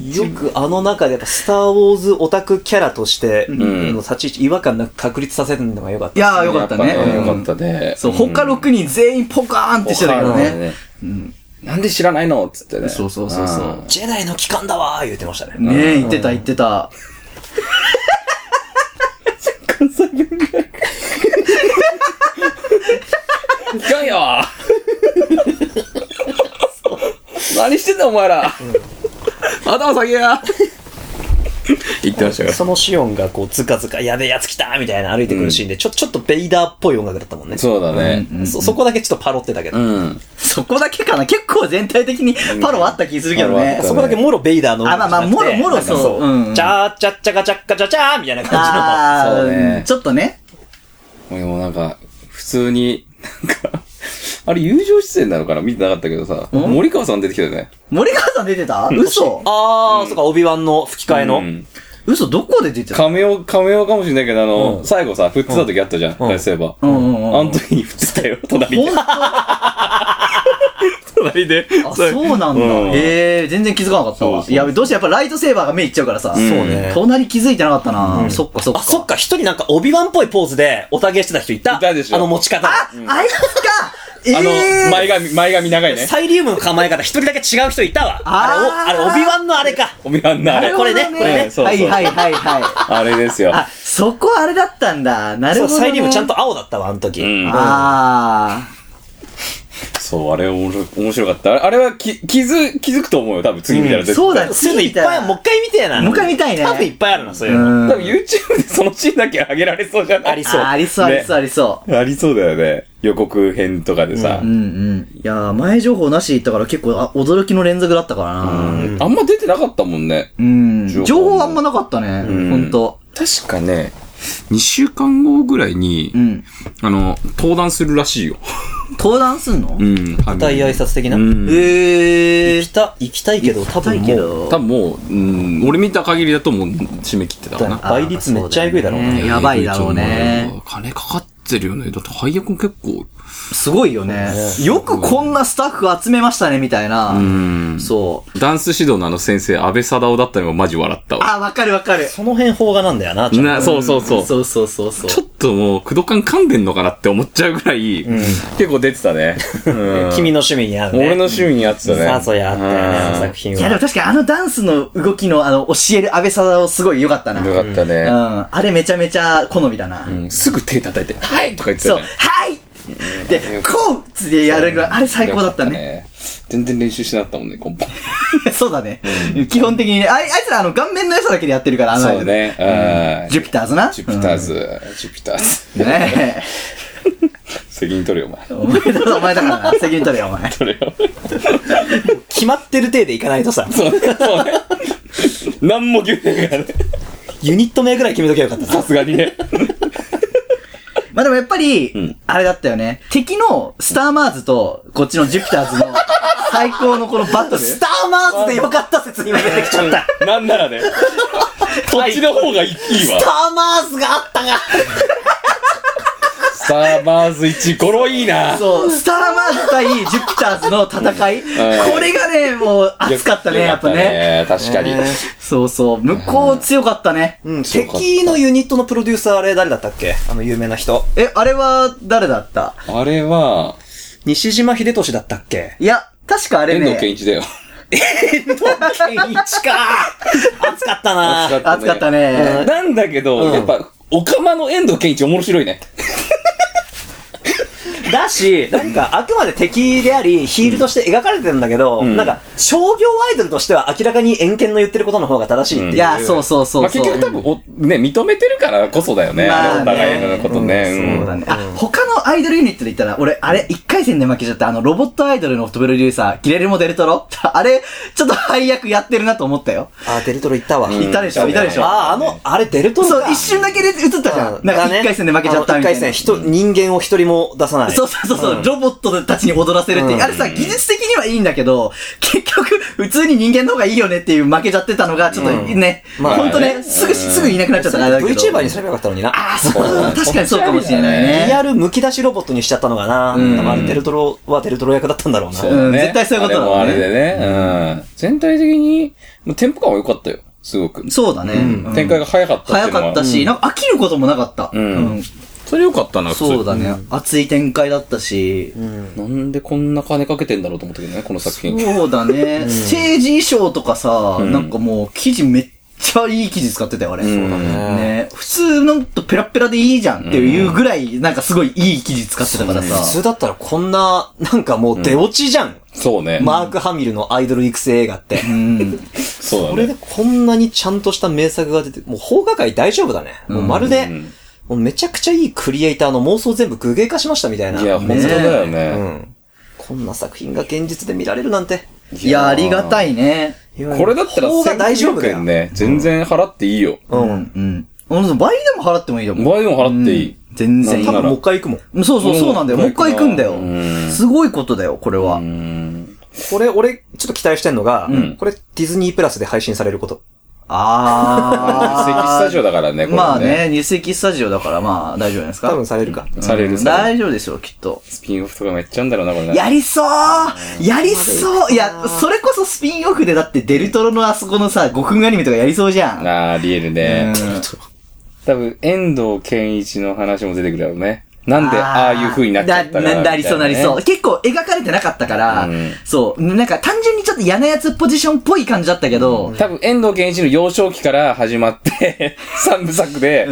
Speaker 1: よくあの中でやっぱスター・ウォーズオタクキャラとしての立ち位置、違和感なく確立させるのが良かった。
Speaker 2: いやーよかったね。
Speaker 3: やぱよ
Speaker 2: う
Speaker 3: か
Speaker 2: ん
Speaker 3: ったね。
Speaker 2: そう、
Speaker 3: ん
Speaker 2: 他6人全員ポカーンってしてたけどね。。
Speaker 3: なんで知らないのっつってね。
Speaker 2: そうそうそうそう
Speaker 1: ジェダイの帰還だわー言ってましたね。
Speaker 2: ねえ、言ってた言ってた。
Speaker 3: うん。いかんよ 何してんだお前ら頭下げや言ってましたから
Speaker 1: そのシオンがこう、ズカズカ、やべえやつ来たーみたいな歩いてくるシーンで、ちょ、ちょっとベイダーっぽい音楽だったもんね。
Speaker 3: そうだね。
Speaker 1: そ、そこだけちょっとパロってたけど。
Speaker 3: うん。
Speaker 2: そこだけかな結構全体的にパロあった気するけ
Speaker 3: パ
Speaker 2: ど
Speaker 3: ロあっ
Speaker 2: ね
Speaker 3: た。
Speaker 1: そこだけもろベイダーの音楽じゃなくて
Speaker 2: あまあまあもろもろそう
Speaker 1: なんか
Speaker 2: うんうん
Speaker 1: チャーチャッチャカチャッカチャチャーみたいな感
Speaker 2: あ
Speaker 3: そう
Speaker 2: ー
Speaker 3: ね
Speaker 2: ちょっとね。
Speaker 3: 俺もなんか、普通に、なんか、あれ友情出演なのかな見てなかったけどさ、森川さん出てきたよね。
Speaker 2: 森川さん出てた嘘
Speaker 1: じの。あー、そっか、オビワンの吹き替えの。
Speaker 3: うん
Speaker 2: 嘘どこで出てた
Speaker 3: カメオ、カメオかもしれないけど、あの、最後さ、振ってた時あったじゃん。返せば。あ
Speaker 2: うんうんうん。
Speaker 3: の時に振って たよ、隣
Speaker 2: ほ
Speaker 3: で
Speaker 2: ん。とあ、
Speaker 3: 隣で。
Speaker 2: そうなん
Speaker 3: うん
Speaker 2: だ。へえ、全然気づかなかった
Speaker 3: そう
Speaker 2: わ。
Speaker 3: そう
Speaker 2: いや、どうしてやっぱライトセーバーが目いっちゃうからさ。そう
Speaker 1: ね
Speaker 2: 隣気づいてなかったな。そっかそっか。
Speaker 1: あ、そっか、一人なんか、オビワンっぽいポーズで、おたげしてた人いた
Speaker 3: いたでしょ
Speaker 1: あの持ち方。
Speaker 2: あいつか
Speaker 3: あの
Speaker 2: え、え
Speaker 3: 前髪、前髪長いね。
Speaker 1: サイリウムの構え方、一人だけ違う人いたわ。
Speaker 2: あ
Speaker 1: あ
Speaker 2: ー
Speaker 1: れ、おあれ、オビワンのあれか。
Speaker 3: おみやんな、あ
Speaker 1: な
Speaker 3: れ
Speaker 1: る。ほどねこれね
Speaker 3: そうそう
Speaker 2: はいはいは いはい。
Speaker 3: あれですよ。
Speaker 2: あ、そこあれだったんだ。なる
Speaker 1: そう、
Speaker 2: ほど、ね。
Speaker 1: サイリウムちゃんと青だったわ、あの時。
Speaker 3: うん
Speaker 2: あ
Speaker 3: そう、あれ面白面白かった。あれあれはき気づ、気づくと思うよ、多分次見たら
Speaker 2: あ。
Speaker 3: 絶対。
Speaker 2: そうだ、
Speaker 1: そういうのいっぱい、もう一回見てえな。
Speaker 2: もう一回見たいね
Speaker 1: 多分いっぱいあるな、そういう
Speaker 2: う
Speaker 1: の。
Speaker 2: ん。
Speaker 3: 多分 YouTube でそのシーンだけ上げられそうじゃない
Speaker 1: ありそう
Speaker 2: あありそう、あ
Speaker 3: ね
Speaker 2: りそう、ありそう。
Speaker 3: ありそうだよね。予告編とかでさ。
Speaker 2: うんうん。いやー、前情報なしで言ったから結構あ驚きの連続だったからな。
Speaker 3: うんあんま出てなかったもんね。
Speaker 2: うん。
Speaker 3: 情報
Speaker 2: 情報あんまなかったね。
Speaker 3: ん
Speaker 2: ほんと。
Speaker 3: 確かね、2週間後ぐらいに、
Speaker 2: うん。
Speaker 3: あの、登壇するらしいよ。
Speaker 2: 登壇すんの
Speaker 3: うん。舞
Speaker 1: 舞台挨拶的な。
Speaker 3: うん。
Speaker 2: ええ
Speaker 1: 行きた、行きたいけど、多分
Speaker 2: け
Speaker 1: もう、
Speaker 2: ど
Speaker 3: 多。分もう、うん、俺見た限りだともう締め切ってたかな。
Speaker 1: 倍率めっちゃえぐいだろうね。
Speaker 2: ねやばいだろうね。
Speaker 3: 金かかってるよね。だって配役も結構。
Speaker 2: すごいよね。よくこんなスタッフ集めましたね、みたいな。
Speaker 3: うん。
Speaker 2: そう。
Speaker 3: ダンス指導のあの先生、安倍貞夫だったのがマジ笑ったわ。
Speaker 2: あ、わかるわかる。
Speaker 1: その辺邦画なんだよな、ちょっと
Speaker 3: な、そうそうそう。
Speaker 2: そうそうそうそう。
Speaker 3: ちょっともう、工藤感噛んでんのかなって思っちゃうぐらい、結構出てたね。うん
Speaker 1: 君の趣味に合うね。
Speaker 3: 俺の趣味に合ってたね。
Speaker 1: さあ、そうや、あったよね、あの作品
Speaker 2: いやで
Speaker 1: は
Speaker 2: も。確かにあのダンスの動きのあの教える安倍貞夫すごい良かったな。
Speaker 3: よかった
Speaker 2: う
Speaker 3: ね。
Speaker 2: ん。あれめちゃめちゃ好みだな。
Speaker 3: うんすぐ手叩いて、はいとか言って
Speaker 2: そ
Speaker 3: た
Speaker 2: う、
Speaker 3: ね。
Speaker 2: はいで、こうつってやるぐらい、あれ最高だったね。
Speaker 3: よかった。全然練習しなかったもんね、コンパ。
Speaker 2: そうだね。基本的にね、あいあいつらあの顔面の良さだけでやってるから、あの、
Speaker 3: そうね。うん
Speaker 2: ジュピターズな。
Speaker 3: ジュピター
Speaker 2: ズ。
Speaker 3: ズ、ジュピターズ。
Speaker 2: ね
Speaker 3: 責任取るよ、お前。
Speaker 2: え。お前だ、お前だからな。責任取れよ、お前。
Speaker 1: 決まってる体でいかないとさ、
Speaker 3: そうね、そうね。 何も言うてないからね。
Speaker 1: ユニット名ぐらい決めときゃよかった
Speaker 3: さ
Speaker 1: な。
Speaker 3: すがにね。
Speaker 2: まあでもやっぱり、あれだったよね。敵のスターマーズと、こっちのジュピターズの最高のこのバトル。
Speaker 1: スターマーズでよかった説今出てきちゃった。
Speaker 3: なんならね。そっちの方がいいわ
Speaker 1: スタ。ーマーズがあったが、
Speaker 3: スターバーズ1、ゴロいいな。
Speaker 2: そう、スターマーズ対ジュピターズの戦い。
Speaker 3: ん
Speaker 2: これがね、もう熱かったね、やっぱね。
Speaker 3: よかったね。確かに。
Speaker 2: そうそう、向こう強かったね。
Speaker 1: うん、敵のユニットのプロデューサーあれ誰だったっけあの有名な人。
Speaker 2: え、あれは誰だった
Speaker 3: あれは、
Speaker 1: 西島秀俊だったっ け
Speaker 2: いや、確かあれ
Speaker 3: 遠藤
Speaker 2: ね、
Speaker 3: 健一だよ。
Speaker 1: ケンイチか熱かったな
Speaker 3: 熱
Speaker 2: 熱かったね。
Speaker 3: なんだけど、
Speaker 1: うん
Speaker 3: やっぱ、オカマの遠藤健一面白いね。
Speaker 1: だし、なんか、あくまで敵であり、ヒールとして描かれてるんだけど、
Speaker 3: ん
Speaker 1: なんか、商業アイドルとしては明らかに偏見の言ってることの方が正しいっていう。
Speaker 2: いや、そうそうそうそう。
Speaker 3: まあ結局多分お、ね、認めてるからこそだよね。
Speaker 2: まあね
Speaker 3: お互いのことね。
Speaker 2: そううんだね。あ、他のアイドルユニットで言ったら、俺、あれ、一回戦で負けちゃった、あの、ロボットアイドルのプロデューサー、ギレルモ・デルトロ あれ、ちょっと配役やってるなと思ったよ。
Speaker 1: あ、デルトロ行ったわ。
Speaker 2: いたでし
Speaker 3: う
Speaker 2: ょ、
Speaker 3: ん
Speaker 2: いたでしょ。
Speaker 1: ああ、あの、あれデルトロ
Speaker 2: そう
Speaker 1: か、
Speaker 2: 一瞬だけで映ったじゃん。なんか一回戦で負けちゃったみた
Speaker 1: あ
Speaker 2: いな。
Speaker 1: の一回戦、人、人間を一人も出さない。
Speaker 2: そうそうそうそう、ロボットたちに踊らせるっていう、あれさ、技術的にはいいんだけど、結局、普通に人間の方がいいよねっていう負けちゃってたのが、ちょっとね、
Speaker 1: まあ
Speaker 2: ほんとね、すぐ、すぐいなくなっちゃったからだけど。
Speaker 1: VTuber にすればよかったのにな。
Speaker 2: ああ、そう、確かにそうかもしれない
Speaker 1: リア
Speaker 2: ね。
Speaker 1: ルむき出しロボットにしちゃったのがな。
Speaker 3: ん
Speaker 1: 多分あれデルトロはデルトロ役だったんだろうな。
Speaker 3: そうだね
Speaker 2: うん絶対そういうことだもんね
Speaker 3: あれもあれでね。うん。全体的に、もうテンポ感は良かったよ。すごく。
Speaker 2: そうだね。うん
Speaker 3: 展開が早かったってい
Speaker 2: 早
Speaker 3: うのは
Speaker 2: かったし、なんか飽きることもなかった。
Speaker 3: ん
Speaker 2: うん
Speaker 3: それ良かったな、普通に
Speaker 2: そうだね。熱い展開だったし。
Speaker 3: なんでこんな金かけてんだろうと思ったけどね、この作品。
Speaker 2: そうだね。ステージ衣装とかさ、なんかもう生地めっちゃいい生地使ってたよ、あれ。そうだね。普通なんとペラペラでいいじゃんっていうぐらい、なんかすごいいい生地使ってたからさ。
Speaker 1: 普通だったらこんな、なんかもう出落ちじゃん。
Speaker 3: そうね。
Speaker 1: マーク・ハミルのアイドル育成映画って。
Speaker 2: うん。
Speaker 3: そう
Speaker 1: こ
Speaker 3: だ
Speaker 1: れ
Speaker 3: ね。
Speaker 1: でこんなにちゃんとした名作が出て、もう邦画界大丈夫だね。もうまるで、もうめちゃくちゃいいクリエイターの妄想全部具現化しましたみたいな。
Speaker 3: いや、本当だよね。
Speaker 1: うん。こんな作品が現実で見られるなんて。
Speaker 2: いや、ありがたいね。
Speaker 3: これだったら
Speaker 1: 邦画大丈夫
Speaker 3: 1900
Speaker 1: だよ
Speaker 3: 円。ね、全然払っていいよ。
Speaker 1: う。
Speaker 2: うんん。うん。倍でも払ってもいいだもん。
Speaker 3: 倍でも払っていい
Speaker 2: うん全然いい
Speaker 1: 多分
Speaker 3: なんなら
Speaker 1: もう一回行くもん。
Speaker 2: そうそう、そうなんだよ。もう一回行くんだよ
Speaker 3: うん。
Speaker 2: すごいことだよ、これは。
Speaker 1: これ、俺、ちょっと期待してんのが、
Speaker 3: ん
Speaker 1: これ、ディズニープラスで配信されること。
Speaker 3: 入籍ス
Speaker 2: あー。
Speaker 3: タジオだからね、これ
Speaker 2: まあ。ね、入籍スタジオだからまあ大丈夫じゃないですか。
Speaker 1: 多分されるか。
Speaker 3: されるさ。
Speaker 2: 大丈夫でしょう、きっと。
Speaker 3: スピンオフとかめっちゃあんだろうな、これね。
Speaker 2: やりそうやりそういや、それこそスピンオフでだってデルトロのあそこのさ、5分アニメとかやりそうじゃん。
Speaker 3: あー、リエル
Speaker 2: う
Speaker 3: ね
Speaker 2: ん。
Speaker 3: 多分、遠藤健一の話も出てくるだろうね。なんで、
Speaker 2: ー
Speaker 3: ああいう風になっちゃったか。
Speaker 2: なななりそうなりそうう。結構描かれてなかったから
Speaker 3: うん、
Speaker 2: そう。なんか単純にちょっと嫌なやつポジションっぽい感じだったけど、
Speaker 3: 多分、遠藤健一の幼少期から始まって、 三部作で、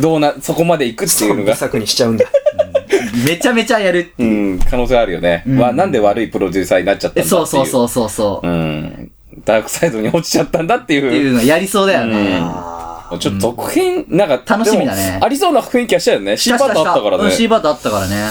Speaker 3: どうな、そこまで行くっていうの
Speaker 1: 自
Speaker 3: が、
Speaker 1: 作にしちゃうんだ。
Speaker 2: めちゃめちゃやる。
Speaker 3: うん、可能性あるよね。わなんで悪いプロデューサーになっちゃったんだっていう。。
Speaker 2: そうそうそうそうそう。
Speaker 3: ん。ダークサイドに落ちちゃったんだっていう。
Speaker 2: っていううのやりそうだよね。
Speaker 3: ちょっと続編、なんか、
Speaker 2: 楽しみだね
Speaker 3: でもありそうな雰囲気はしたよね。シーパートあったから
Speaker 2: うん
Speaker 3: ね。
Speaker 2: シーバートあったからね。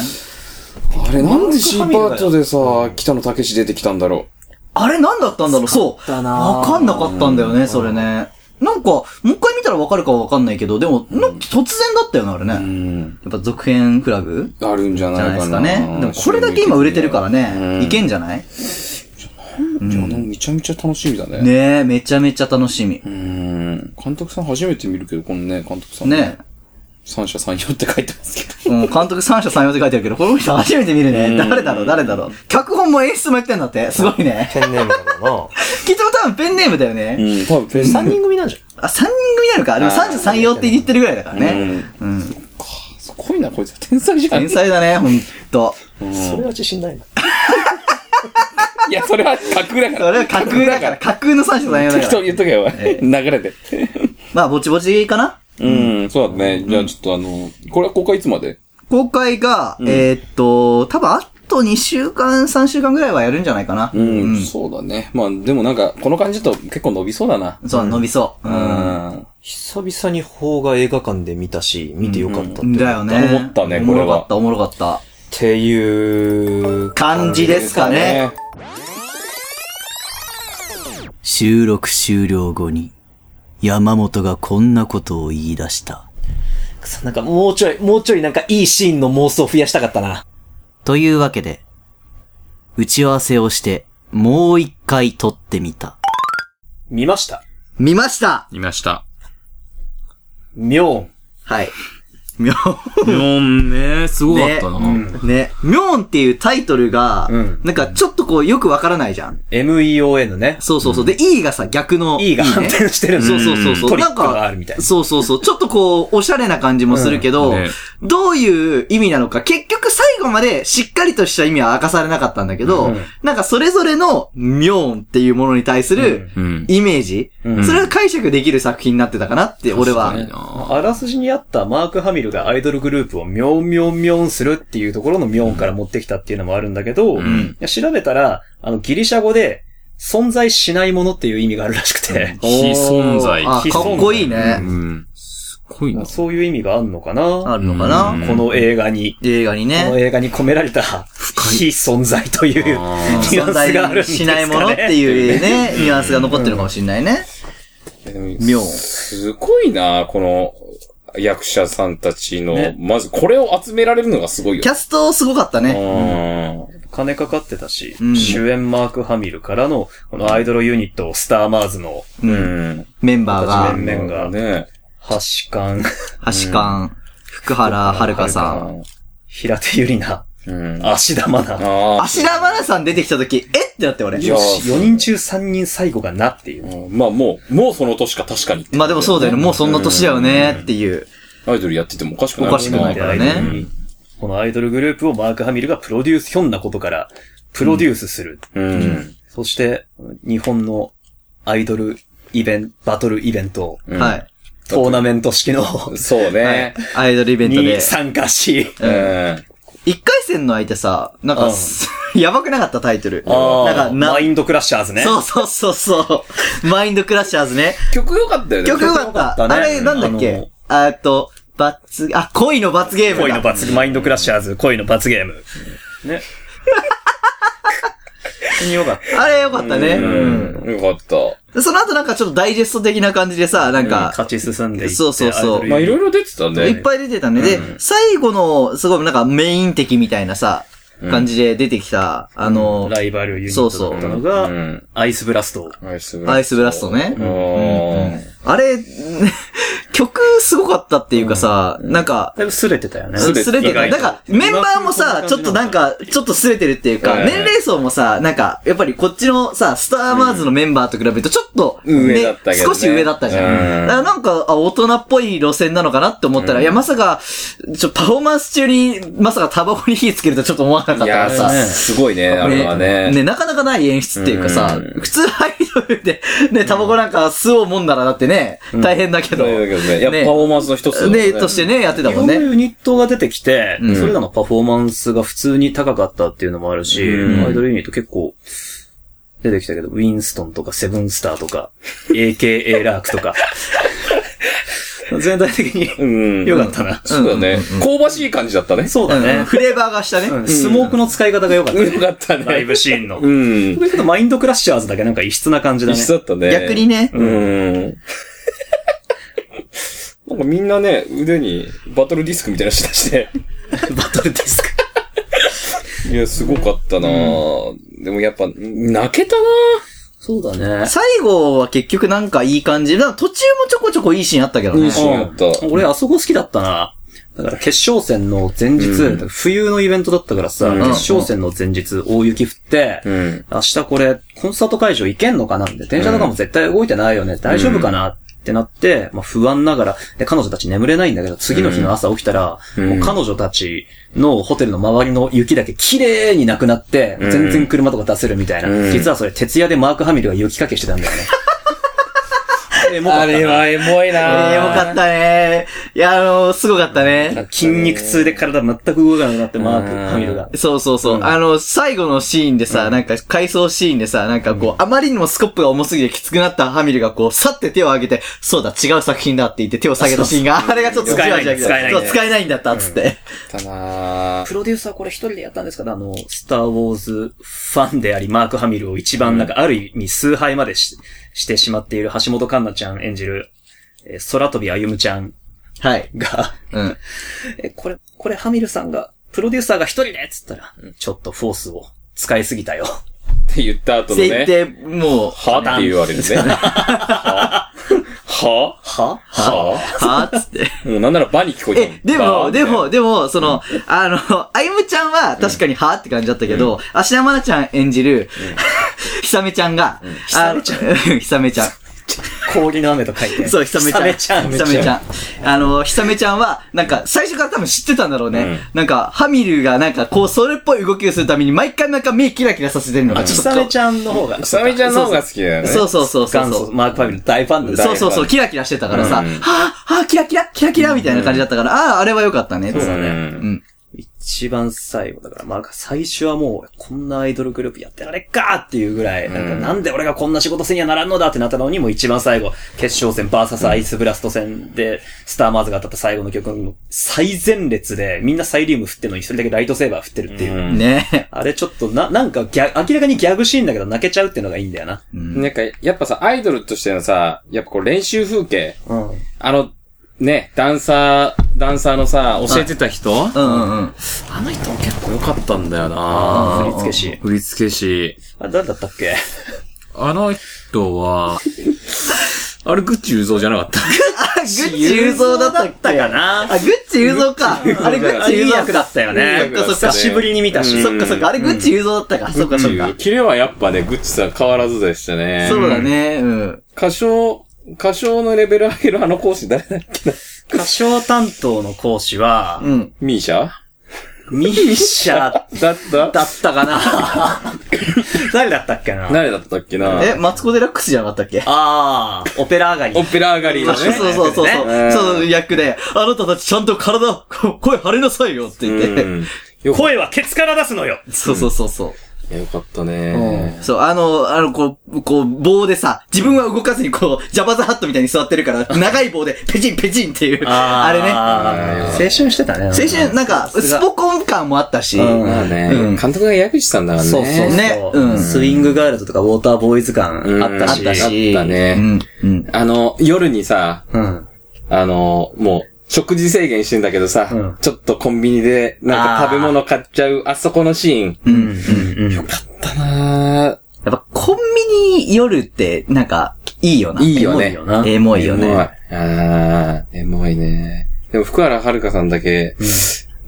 Speaker 3: あれ、なんでシーパートでさ、北野武出てきたんだろ
Speaker 2: あれ何だったんだろうそう。
Speaker 1: だな
Speaker 2: わかんなかったんだよね、それね。なんか、もう一回見たらわかるかはわかんないけど、でも、なんか突然だったよね、あれ
Speaker 3: う。う
Speaker 2: ね。
Speaker 3: ん。
Speaker 2: やっぱ続編フラグ
Speaker 3: あるんじゃ
Speaker 2: じゃ
Speaker 3: な
Speaker 2: ないいで
Speaker 3: か
Speaker 2: すか
Speaker 3: な。
Speaker 2: ね。でもこれだけ今売れてるから
Speaker 3: うん
Speaker 2: ね、いけんじゃない
Speaker 3: うん。じゃあねめちゃめちゃ楽しみだね。
Speaker 2: ねえ、めちゃめちゃ楽しみ
Speaker 3: う。ん。監督さん初めて見るけど、このね、監督さん。
Speaker 2: ね
Speaker 3: 三者三様って書いてますけど。
Speaker 2: え。うん、監督三者三様って書いてあるけど、この人初めて見るね。誰だろう、誰だろう。脚本も演出もやってんだって。すごいね。
Speaker 1: ペンネームだろ
Speaker 2: きっと多分ペンネームだよ
Speaker 3: う
Speaker 2: ね。
Speaker 3: ん、多分ペ
Speaker 1: う
Speaker 3: ン
Speaker 1: な。3人組なんじゃん。
Speaker 2: あ、三人組なのか。でも三者三様って言ってるぐらいだからね。うん。
Speaker 3: すごいな、こいつ。天才じゃん。
Speaker 2: 天
Speaker 3: い
Speaker 2: 才だね、ほんと。
Speaker 1: それは自信ないな。
Speaker 3: や、それは架空だから。
Speaker 2: それは架空だから、架空の三者三様だ
Speaker 3: 適
Speaker 2: か
Speaker 3: 当
Speaker 2: ら。
Speaker 3: に言っとけよ、お前流れで。
Speaker 2: まあ、ぼちぼちかな
Speaker 3: うん、そうだね。じゃあちょっとあの、これは公開いつまで
Speaker 2: 公開が、えーっと、多分あと2週間、3週間ぐらいはやるんじゃないかな。
Speaker 3: うん、そうだね。まあでもなんか、この感じだと結構伸びそうだな。
Speaker 2: そう、伸びそう。うん。
Speaker 3: う
Speaker 1: 久々に邦画映画館で見たし、見てよかったって。
Speaker 2: だよね。
Speaker 3: 思ったねこれは
Speaker 2: おもろかった、おもろかった。
Speaker 1: っていう、
Speaker 2: 感じですかね。収録終了後に、山本がこんなことを言い出した。
Speaker 1: さなんかもうちょい、もうちょいなんかいいシーンの妄想を増やしたかったな。
Speaker 2: というわけで、打ち合わせをして、もう一回撮ってみた。
Speaker 1: 見ました。
Speaker 2: 見ました
Speaker 3: いました。
Speaker 1: 妙。
Speaker 2: はい。 妙。
Speaker 3: うん、ねすごかったな。
Speaker 2: ね。妙っていうタイトルが、
Speaker 1: ん
Speaker 2: なんかちょっとこうよくわからないじゃん。
Speaker 1: MEON ね。
Speaker 2: そうそうそう。で、E がさ、逆の。
Speaker 1: E が反
Speaker 2: ね
Speaker 1: 転してる
Speaker 2: そうそうそうそう。
Speaker 1: トリック
Speaker 2: なんか
Speaker 1: があるみたいな。
Speaker 2: そうそうそう。ちょっとこう、おしゃれな感じもするけど、
Speaker 3: うんね
Speaker 2: どういう意味なのか、結局最後までしっかりとした意味は明かされなかったんだけ
Speaker 1: う
Speaker 2: ど、
Speaker 1: ん
Speaker 2: なんかそれぞれの、ミョーンっていうものに対する
Speaker 3: うん。
Speaker 2: イメージ、
Speaker 1: うん
Speaker 2: それが解釈できる作品になってたかなって、俺は。
Speaker 3: 確かにな
Speaker 1: あらすじにあったマーク・ハミルがアイドルグループをミョンミョンミョンするっていうところのミョンから持ってきたっていうのもあるんだけど、
Speaker 3: ん
Speaker 1: いや調べたら、あの、ギリシャ語で、存在しないものっていう意味があるらしくて、
Speaker 3: 非存在。
Speaker 2: あ、
Speaker 1: 非存
Speaker 2: か
Speaker 1: 在
Speaker 2: っこいいね。
Speaker 3: うん。すごいな。
Speaker 1: そういう意味があるのかな。
Speaker 2: あるのかな、
Speaker 3: うん
Speaker 1: この映画に、
Speaker 2: 映画に
Speaker 1: この
Speaker 2: ね。
Speaker 1: 映画に込められた、非存在というニュアンス
Speaker 2: 存
Speaker 1: があ
Speaker 2: 在
Speaker 1: るんです
Speaker 2: し
Speaker 1: かね。
Speaker 2: ないものっていうね、ニュアンスが残ってるかもしれないね。 妙
Speaker 3: すごいな、この役者さんたちの、
Speaker 1: ね
Speaker 3: まずこれを集められるのがすごいよ
Speaker 2: キ。ャストすごかったね。
Speaker 3: うん
Speaker 1: 金かかってたし、
Speaker 2: うん
Speaker 1: 主演マーク・ハミルからの、このアイドルユニット、スターマーズの
Speaker 3: うん。
Speaker 2: メンバー
Speaker 1: あ
Speaker 2: が
Speaker 1: 面、々が
Speaker 3: ね。
Speaker 1: 橋勘、
Speaker 2: 橋勘、福原遥さん。
Speaker 1: 平手ゆりな、
Speaker 3: うん。あ
Speaker 1: 芦田愛菜。
Speaker 3: あ
Speaker 2: 芦田愛菜さん出てきたとき、えってなって俺。
Speaker 3: いや
Speaker 1: 4人中3人最後がなっていう。
Speaker 3: ー。まあもう、もうその年か確かに。
Speaker 2: まあでもそうだよね。もうそんな年だよねっていう。
Speaker 3: アイドルやっててもおかしくない。
Speaker 2: おかしくないからね
Speaker 1: うんこのアイドルグループをマーク・ハミルがプロデュース、ひょんなことから、プロデュースする。
Speaker 3: うん。
Speaker 1: そして、日本のアイドルイベント、バトルイベント、
Speaker 3: うん
Speaker 2: はい。
Speaker 1: トーナメント式の、
Speaker 3: そうね。
Speaker 2: アイドルイベントで
Speaker 1: に。参加し、
Speaker 3: うん。
Speaker 2: 一回戦の相手さ、なん
Speaker 1: う
Speaker 2: か
Speaker 1: ん
Speaker 2: す、 やばくなかったタイトル。なん
Speaker 1: あ
Speaker 2: か、
Speaker 1: ー
Speaker 2: な
Speaker 1: マ、インドクラッシャーズね。
Speaker 2: そうそうそうそう。マインドクラッシャーズね。
Speaker 3: 曲良かったよね。
Speaker 2: 曲よかった。
Speaker 1: 曲良かったね
Speaker 2: あれ、なんだっ
Speaker 1: あ
Speaker 2: け
Speaker 1: の
Speaker 2: あえっと、罰、あ、恋の罰ゲームだ。
Speaker 1: 恋の罰、マインドクラッシャーズ、恋の罰ゲーム。 ね。によかった。
Speaker 2: あれよかったね。
Speaker 3: う
Speaker 2: うん
Speaker 3: ん。良かった。
Speaker 2: でその後なんかちょっとダイジェスト的な感じでさ、なんか、
Speaker 1: 勝ち進んでいって。
Speaker 2: そうそう
Speaker 1: ア
Speaker 2: そう
Speaker 1: イドル
Speaker 3: まあいろいろ出てたね。
Speaker 2: いっぱい出てたね。で、最後の、すごいなんかメイン的みたいなさ、感じで出てきた、あの、
Speaker 1: ライバルユニットだったのが、
Speaker 3: うん
Speaker 1: アイスブラスト。
Speaker 3: アイスブ
Speaker 2: ア
Speaker 3: ラ
Speaker 2: イ
Speaker 3: ス
Speaker 2: スブラストね。
Speaker 3: ト。うん。
Speaker 2: あれ、 曲すごかったっていうかさ、なんか、
Speaker 1: だいぶ擦れてたよね。
Speaker 2: す
Speaker 3: れて
Speaker 2: れて
Speaker 1: 意外
Speaker 2: る。
Speaker 1: と
Speaker 2: なんか、メンバーもさ、ちょっとなんか、ちょっとすれてるっていうか、
Speaker 3: うん
Speaker 2: 年齢層もさ、なんか、やっぱりこっちのさ、スターマーズのメンバーと比べると、ちょっと、
Speaker 3: 上だったけどね
Speaker 2: 少し上だったじゃん。
Speaker 3: うん
Speaker 2: だからなんか、あ、大人っぽい路線なのかなって思ったら、いや、まさか、ちょ、パフォーマンス中に、まさかタバコに火つけるとちょっと思わなかった
Speaker 3: い
Speaker 2: か
Speaker 3: や
Speaker 2: らさ。
Speaker 3: ー、すごいね、あれはね。
Speaker 2: なかなかない演出っていうかさ、
Speaker 3: う
Speaker 2: 普通アイドルで、ね、タバコなんか吸おうもんならだってね、大変だけど。
Speaker 3: そういうわけでね。やっぱ
Speaker 2: ね
Speaker 3: パフォーマンスの一つだもん
Speaker 2: ね、としてね、やってた
Speaker 1: い
Speaker 2: も
Speaker 1: ろ
Speaker 2: ん
Speaker 1: んな
Speaker 2: ね。
Speaker 1: ユニットが出てきて、
Speaker 2: うん
Speaker 1: それらのパフォーマンスが普通に高かったっていうのもあるし、
Speaker 3: うん
Speaker 1: アイドルユニット結構出てきたけど、ウィンストンとかセブンスターとか、AKA ラークと か。全体的に
Speaker 3: うん。
Speaker 1: 良かったな。
Speaker 3: そうだね。香ばしい感じだったね。
Speaker 1: そうだ
Speaker 2: うん
Speaker 1: ね、
Speaker 2: フレーバーがしたね。
Speaker 1: うんスモークの使い方が良かった、
Speaker 3: 良かったね
Speaker 1: ライブシーンの。
Speaker 3: う
Speaker 1: こ
Speaker 3: ん。
Speaker 1: れけどマインドクラッシャーズだけなんか異質な感じだ
Speaker 3: 一
Speaker 1: ね。
Speaker 3: 緒だったね。
Speaker 2: 逆に。ね、
Speaker 3: うん。なんかみんなね、腕にバトルディスクみたいなのしてして。
Speaker 1: バトルディスク。
Speaker 3: いや、すごかったなぁでもやっぱ、泣けたな
Speaker 1: そうだね。
Speaker 2: 最後は結局なんかいい感じ。なんか途中もちょこちょこいいシーンあったけど
Speaker 3: ぁい
Speaker 2: ね
Speaker 3: い。シーンだった。
Speaker 1: 俺あそこ好きだったな。だから決勝戦の前日、
Speaker 3: うん
Speaker 1: 冬のイベントだったからさ、
Speaker 3: うん
Speaker 1: 決勝戦の前日大雪降って、
Speaker 3: うん。
Speaker 1: 明日これコンサート会場行けんのかなみたいな。電車とかも絶対動いてないよね。大丈夫かなってなって、まあ不安ながら、で、彼女たち眠れないんだけど、次の日の朝起きたら、
Speaker 3: うん
Speaker 1: もう彼女たちのホテルの周りの雪だけ綺麗になくなって、
Speaker 3: ん
Speaker 1: 全然車とか出せるみたいな。
Speaker 3: うん
Speaker 1: 実はそれ、徹夜でマーク・ハミルが雪かけしてたんだよね。エモかった。
Speaker 3: あれはエモいな
Speaker 2: よかったね。いや、あの、すごかったね。
Speaker 1: 筋肉痛で体全く動かなくなって、マーク、
Speaker 3: うん
Speaker 1: ハミルが。
Speaker 2: そうそうそう。あの、最後のシーンでさ、なんか、回想シーンでさ、なんかこう、あまりにもスコップが重すぎてきつくなったハミルがこう、さって手を上げて、そうだ、違う作品だって言って手を下げたシーンが、あれがちょっと
Speaker 1: 使えない
Speaker 2: じわじわ
Speaker 1: 使えない
Speaker 2: そう使えないんだった、つって。
Speaker 3: ったな
Speaker 1: プロデューサーこれ一人でやったんですかねあの、スターウォーズファンであり、マーク・ハミルを一番、なんか、ある意味、崇拝までししてしまっている橋本環奈ちゃん演じる、えー空飛び歩夢ちゃん
Speaker 2: はい。
Speaker 1: が、
Speaker 2: うん。
Speaker 1: え、これ、これハミルさんが、プロデューサーが一人でっつったら、うんちょっとフォースを使いすぎたよ。
Speaker 3: って言った後の
Speaker 2: で、
Speaker 3: ね、
Speaker 2: で、もう、
Speaker 3: はって言われるね。 は
Speaker 1: は
Speaker 3: は
Speaker 2: はぁつって。
Speaker 3: もうなんなら場に聞こえ
Speaker 2: え、
Speaker 3: た
Speaker 2: で
Speaker 3: バー
Speaker 2: も、
Speaker 3: ンって
Speaker 2: でも、でも、その、あの、あゆむちゃんは確かにはぁって感じだったけど、芦田愛菜ちゃん演じる、ひさめちゃんが、ひ
Speaker 1: さめちゃ
Speaker 2: ん。 ひさめちゃん。
Speaker 1: 氷の雨と書いて。
Speaker 2: そう、ひさめちゃん。
Speaker 1: ちゃん。
Speaker 2: ひさめちゃん。あの、ひさめちゃんは、なんか、最初から多分知ってたんだろうね。なんか、ハミルがなんか、こう、それっぽい動きをするために、毎回なんか目キラキラさせてるのが
Speaker 1: あ、ちさめちゃんの方が。
Speaker 3: ひさみちゃんの方が好きだよね。
Speaker 2: そうそうそうそう
Speaker 1: 元
Speaker 2: そう
Speaker 1: 祖。マーク・ファミル大ファンです。
Speaker 2: そうそうそう、キラキラしてたからさ、
Speaker 3: うん
Speaker 2: はぁ、はぁ、キラキラ、キラキラみたいな感じだったから、ああ、あれは良かったね、つって
Speaker 3: う
Speaker 2: ね。
Speaker 3: ん
Speaker 2: うん。
Speaker 1: 一番最後だから、まあ、最初はもう、こんなアイドルグループやってられっかっていうぐらい、なんか、
Speaker 3: うん
Speaker 1: なんで俺がこんな仕事せんやならんのだってなったのに、もう一番最後、決勝戦バーサスアイスブラスト戦で、スターマーズが当たった最後の曲の最前列で、みんなサイリウム振ってるのに一人だけライトセーバー振ってるっていう。
Speaker 3: うん
Speaker 2: ね
Speaker 1: あれちょっとな、なんかギャ、明らかにギャグシーンだけど泣けちゃうっていうのがいいんだよな。
Speaker 3: なんか、やっぱさ、アイドルとしてのさ、やっぱこう練習風景、
Speaker 1: うん。
Speaker 3: あの、ね、ダンサー、ダンサーのさ、教えてた人
Speaker 2: うんうんうん。
Speaker 3: あの人も結構良かったんだよ
Speaker 1: あ
Speaker 3: な
Speaker 1: ー振付師
Speaker 3: 振付師。
Speaker 1: あれ、誰だったっけ
Speaker 3: あの人は、あれ、グッチ雄三じゃなかった。
Speaker 2: あ、グッチ雄三だったっけ
Speaker 1: かな
Speaker 2: あ、グッチ雄三か。あれグッチ
Speaker 1: い
Speaker 2: 雄
Speaker 1: い
Speaker 2: 三
Speaker 1: 役だったよね。
Speaker 2: そっかそっ
Speaker 1: 久
Speaker 2: か。
Speaker 1: しぶりに見たし。
Speaker 2: そっかそっか。あれグッチ雄三だったか。そっかそっか。
Speaker 3: キレはやっぱね、グッチさん変わらずでしたね。
Speaker 2: そうだね。うん。
Speaker 3: 歌唱、歌唱のレベル上げるあの講師誰だっけな
Speaker 1: 歌唱担当の講師は、
Speaker 2: うん。
Speaker 3: ミーシャ
Speaker 1: ミーシャ
Speaker 3: だった
Speaker 2: だったか な。
Speaker 1: 誰だったっけな
Speaker 3: 誰だったっけな
Speaker 2: え、マツコデラックスじゃなかったっけ
Speaker 1: ああ、オペラ上がり
Speaker 3: オ。ペラ上がり
Speaker 2: そ
Speaker 3: の
Speaker 2: う
Speaker 3: ね。
Speaker 2: そうそうそう。そう
Speaker 1: ね
Speaker 2: そう、役で、あなたたちちゃんと体、こ声張りなさいよって言っ
Speaker 3: う
Speaker 2: て。
Speaker 3: ん。よかっ
Speaker 1: 声はケツから出すのよ。
Speaker 2: そうそうそうそう。
Speaker 3: たよかったね。
Speaker 2: そう、あの、あの、こう、こう、棒でさ、自分は動かずにこう、ジャバザハットみたいに座ってるから、長い棒で、ペチンペチンっていう、あれね。
Speaker 1: ね。青春してたね。
Speaker 2: 青春、なんか、
Speaker 1: すが
Speaker 2: スポコン感もあったし、
Speaker 1: うん
Speaker 3: まあね、監督が矢口さんだからね。
Speaker 1: そうそうそう。
Speaker 2: ねうん
Speaker 1: スイングガールズとかウォーターボーイズ感
Speaker 3: うん
Speaker 1: あったし。
Speaker 3: あった
Speaker 2: う
Speaker 3: ね。
Speaker 2: ん、うん。
Speaker 3: あの、夜にさ、
Speaker 1: うん。
Speaker 3: あの、もう、食事制限してんだけどさ、
Speaker 1: うん
Speaker 3: ちょっとコンビニで、なんか食べ物買っちゃう、あそこのシーン。
Speaker 1: うん。うん。よかっ
Speaker 3: だな
Speaker 2: やっぱコンビニ夜って、なんか、いいよな。
Speaker 3: いいよ
Speaker 1: た
Speaker 3: ね。
Speaker 1: よな。
Speaker 2: エモいよね。
Speaker 3: エモい。あーエモいね。でも、福原遥さんだけ、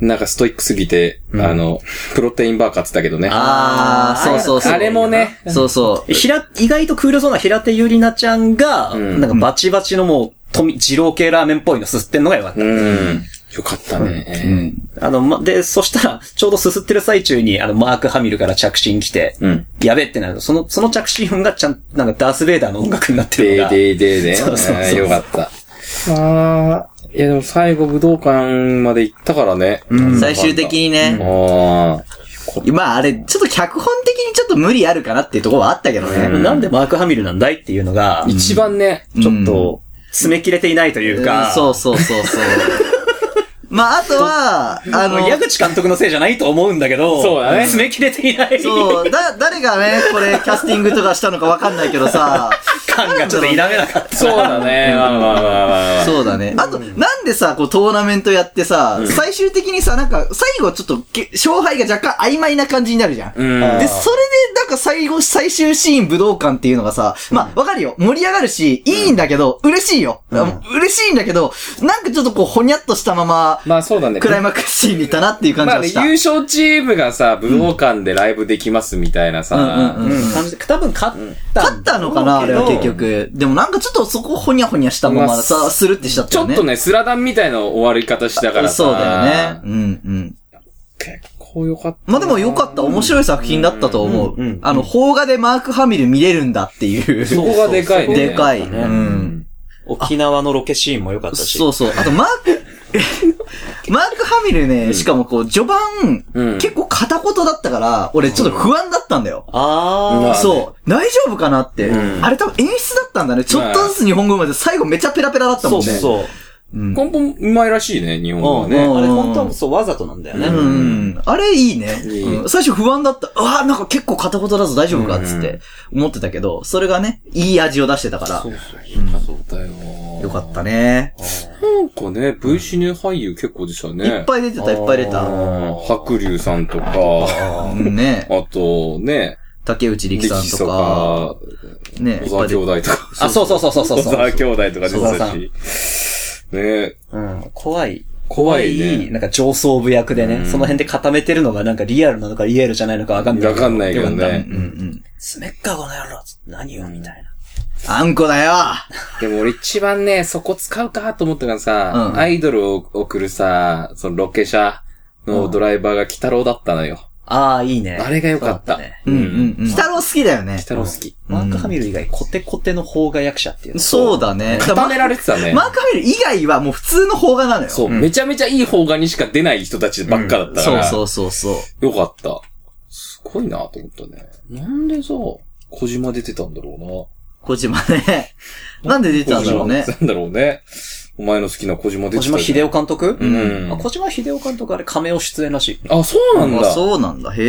Speaker 3: なんかストイックすぎて、あの、プロテインバー買ってたけどね。
Speaker 2: あー、そうそうそう。
Speaker 3: あれもね、
Speaker 2: そうそう。
Speaker 1: ひら、意外とクールそうな平手ゆりなちゃんが、
Speaker 3: ん
Speaker 1: なんかバチバチのもう、とみ、二郎系ラーメンっぽいのすすってんのがよかった。
Speaker 3: うん。よかった
Speaker 2: う
Speaker 3: ね。
Speaker 2: ん。
Speaker 1: あの、ま、で、そしたら、ちょうどすすってる最中に、あの、マーク・ハミルから着信来て、
Speaker 3: うん。
Speaker 1: やべってなる。その、その着信音がちゃん、なんかダース・ベイダーの音楽になってるの
Speaker 3: で
Speaker 1: が。
Speaker 3: ででで。
Speaker 1: そうそうそう
Speaker 3: あーよかった。あーいやでも最後武道館まで行ったからね。
Speaker 2: 最終的にね、
Speaker 3: ああ。
Speaker 2: まああれ、ちょっと脚本的にちょっと無理あるかなっていうところはあったけどね。
Speaker 1: なんでマーク・ハミルなんだいっていうのが、
Speaker 3: 一番ね、
Speaker 1: ちょっと、詰め切れていないというか、
Speaker 2: うんそうそうそうそう。まああとは、あ
Speaker 1: あの、
Speaker 2: の、
Speaker 1: 矢口監督のせいじゃないと思うんだけど、
Speaker 3: そうだね
Speaker 1: 詰め切れていない
Speaker 2: そう、だ、誰がね、これ、キャスティングとかしたのかわかんないけどさ、
Speaker 1: 感がちょっと否めなかった。
Speaker 3: そうだね。まあまあまあまあ。
Speaker 2: そうだね。あと、なんでさ、こう、トーナメントやってさ、最終的にさ、なんか、最後ちょっとけ、勝敗が若干曖昧な感じになるじゃん。
Speaker 3: うん。
Speaker 2: で、それで、なんか最後、最終シーン武道館っていうのがさ、まあ、わかるよ。盛り上がるし、いいんだけど、嬉しいよ。嬉しいんだけど、なんかちょっとこう、ほにゃっとしたまま、
Speaker 3: まあそうだね。
Speaker 2: クライマックスシーンにいったなっていう感じ
Speaker 3: まあ
Speaker 2: が
Speaker 3: ね、
Speaker 2: した。
Speaker 3: 優勝チームがさ、武道館でライブできますみたいな
Speaker 2: うんうん
Speaker 3: さ、
Speaker 2: うん。
Speaker 1: 感じで、多分勝った。
Speaker 2: 勝ったのかなあれは結。局。でもなんかちょっとそこほにゃほにゃしたまま
Speaker 3: まあ
Speaker 2: さ、スルってしちゃっ
Speaker 3: ち
Speaker 2: た
Speaker 3: ょ
Speaker 2: よ
Speaker 3: っ
Speaker 2: ね。
Speaker 3: とね、スラダンみたいな終わり方したからさ。
Speaker 2: そうだよね。。うんうん。
Speaker 3: 結構良かった。
Speaker 2: まあでも良かった。面白い作品だったと思う
Speaker 1: うんうんうん。
Speaker 2: あの、邦画でマーク・ハミル見れるんだっていう。
Speaker 3: そこがでかいね。
Speaker 2: でかい。
Speaker 1: そううだね
Speaker 2: ん。
Speaker 1: 沖縄のロケシーンも良かったし。
Speaker 2: そうそう。あと、マー ク、マーク・ハミルね、しかもこう、序盤、
Speaker 1: うん
Speaker 2: 結構片言だったから、俺ちょっと不安だったんだよ。
Speaker 1: あー。
Speaker 2: そう。大丈夫かなって。
Speaker 1: うん
Speaker 2: あれ多分演出だったんだね。ちょっとずつ日本語まで最後めちゃペラペラだったも
Speaker 1: そ
Speaker 2: ん
Speaker 1: う
Speaker 2: ね。
Speaker 1: そう。
Speaker 2: うん。
Speaker 3: 根本うまいらしいね、日本
Speaker 1: う
Speaker 3: は
Speaker 1: ん、
Speaker 3: ね。
Speaker 1: あれ本当はそう、わざとなんだよね。
Speaker 2: うんあれいいね。
Speaker 1: い
Speaker 2: うん最初不安だった。ああ、なんか結構片言だぞ大丈夫かっつって思ってたけど、それがね、いい味を出してたから
Speaker 3: そう、そう。そうだよ。
Speaker 2: よかったね。
Speaker 3: なんかね、V シネ俳優結構でしたね。
Speaker 2: いっぱい出てた、いっぱい出た。
Speaker 3: うん白龍さんとか、
Speaker 2: うんね。
Speaker 3: あとね、
Speaker 2: 竹内力さん
Speaker 3: 力士
Speaker 2: とか、ね。いっ
Speaker 3: 小沢
Speaker 2: ぱい出
Speaker 3: 兄
Speaker 2: て
Speaker 3: 弟とか。
Speaker 1: あ、そうそうそうそうそう
Speaker 3: 小
Speaker 1: そう
Speaker 3: 沢兄弟とか出
Speaker 1: 小沢
Speaker 3: てた
Speaker 1: さん
Speaker 3: し。ね
Speaker 1: うん。怖い。
Speaker 3: 怖いね
Speaker 1: なんか上層部役でね、その辺で固めてるのがなんかリアルなのかリアルじゃないのかわかんない。
Speaker 3: わかんないけどね。
Speaker 2: うんうん。
Speaker 1: スメッカーこの野郎何よみたいな。
Speaker 2: あんこだよ
Speaker 3: でも俺一番ね、そこ使うかと思ったからさ、
Speaker 2: うん
Speaker 3: アイドルを送るさ、そのロケ車のドライバーが鬼太郎だったのよ。
Speaker 1: ああ、いいね。
Speaker 3: あれが良かった
Speaker 1: そうだね
Speaker 2: うんうんうん。北郎好きだよね
Speaker 3: 鬼。太郎好き。
Speaker 1: マーク・ハミル以外、コテコテの邦画役者っていうの。
Speaker 2: そうだね。
Speaker 3: 固められてたね
Speaker 2: マ。ーク・ハミル以外はもう普通の邦画なのよ。
Speaker 3: そう、めちゃめちゃいい方画にしか出ない人たちばっかだったか
Speaker 2: そう
Speaker 3: ら。
Speaker 2: そうそうそう。
Speaker 3: よかった。すごいなと思ったね。なんでさ、小島出てたんだろ
Speaker 2: 小島ね。なんで出て
Speaker 3: うな。
Speaker 2: たんだろうね
Speaker 3: 小。島なんだろうね。お前の好きな小島出て
Speaker 1: 小
Speaker 3: たじゃん
Speaker 1: 島秀夫監督
Speaker 3: うん
Speaker 1: あ小島秀夫監督あれ、亀を出演らし
Speaker 3: あ、そうなん
Speaker 2: あ、
Speaker 3: だ。
Speaker 2: そうなんだ。へ
Speaker 1: い。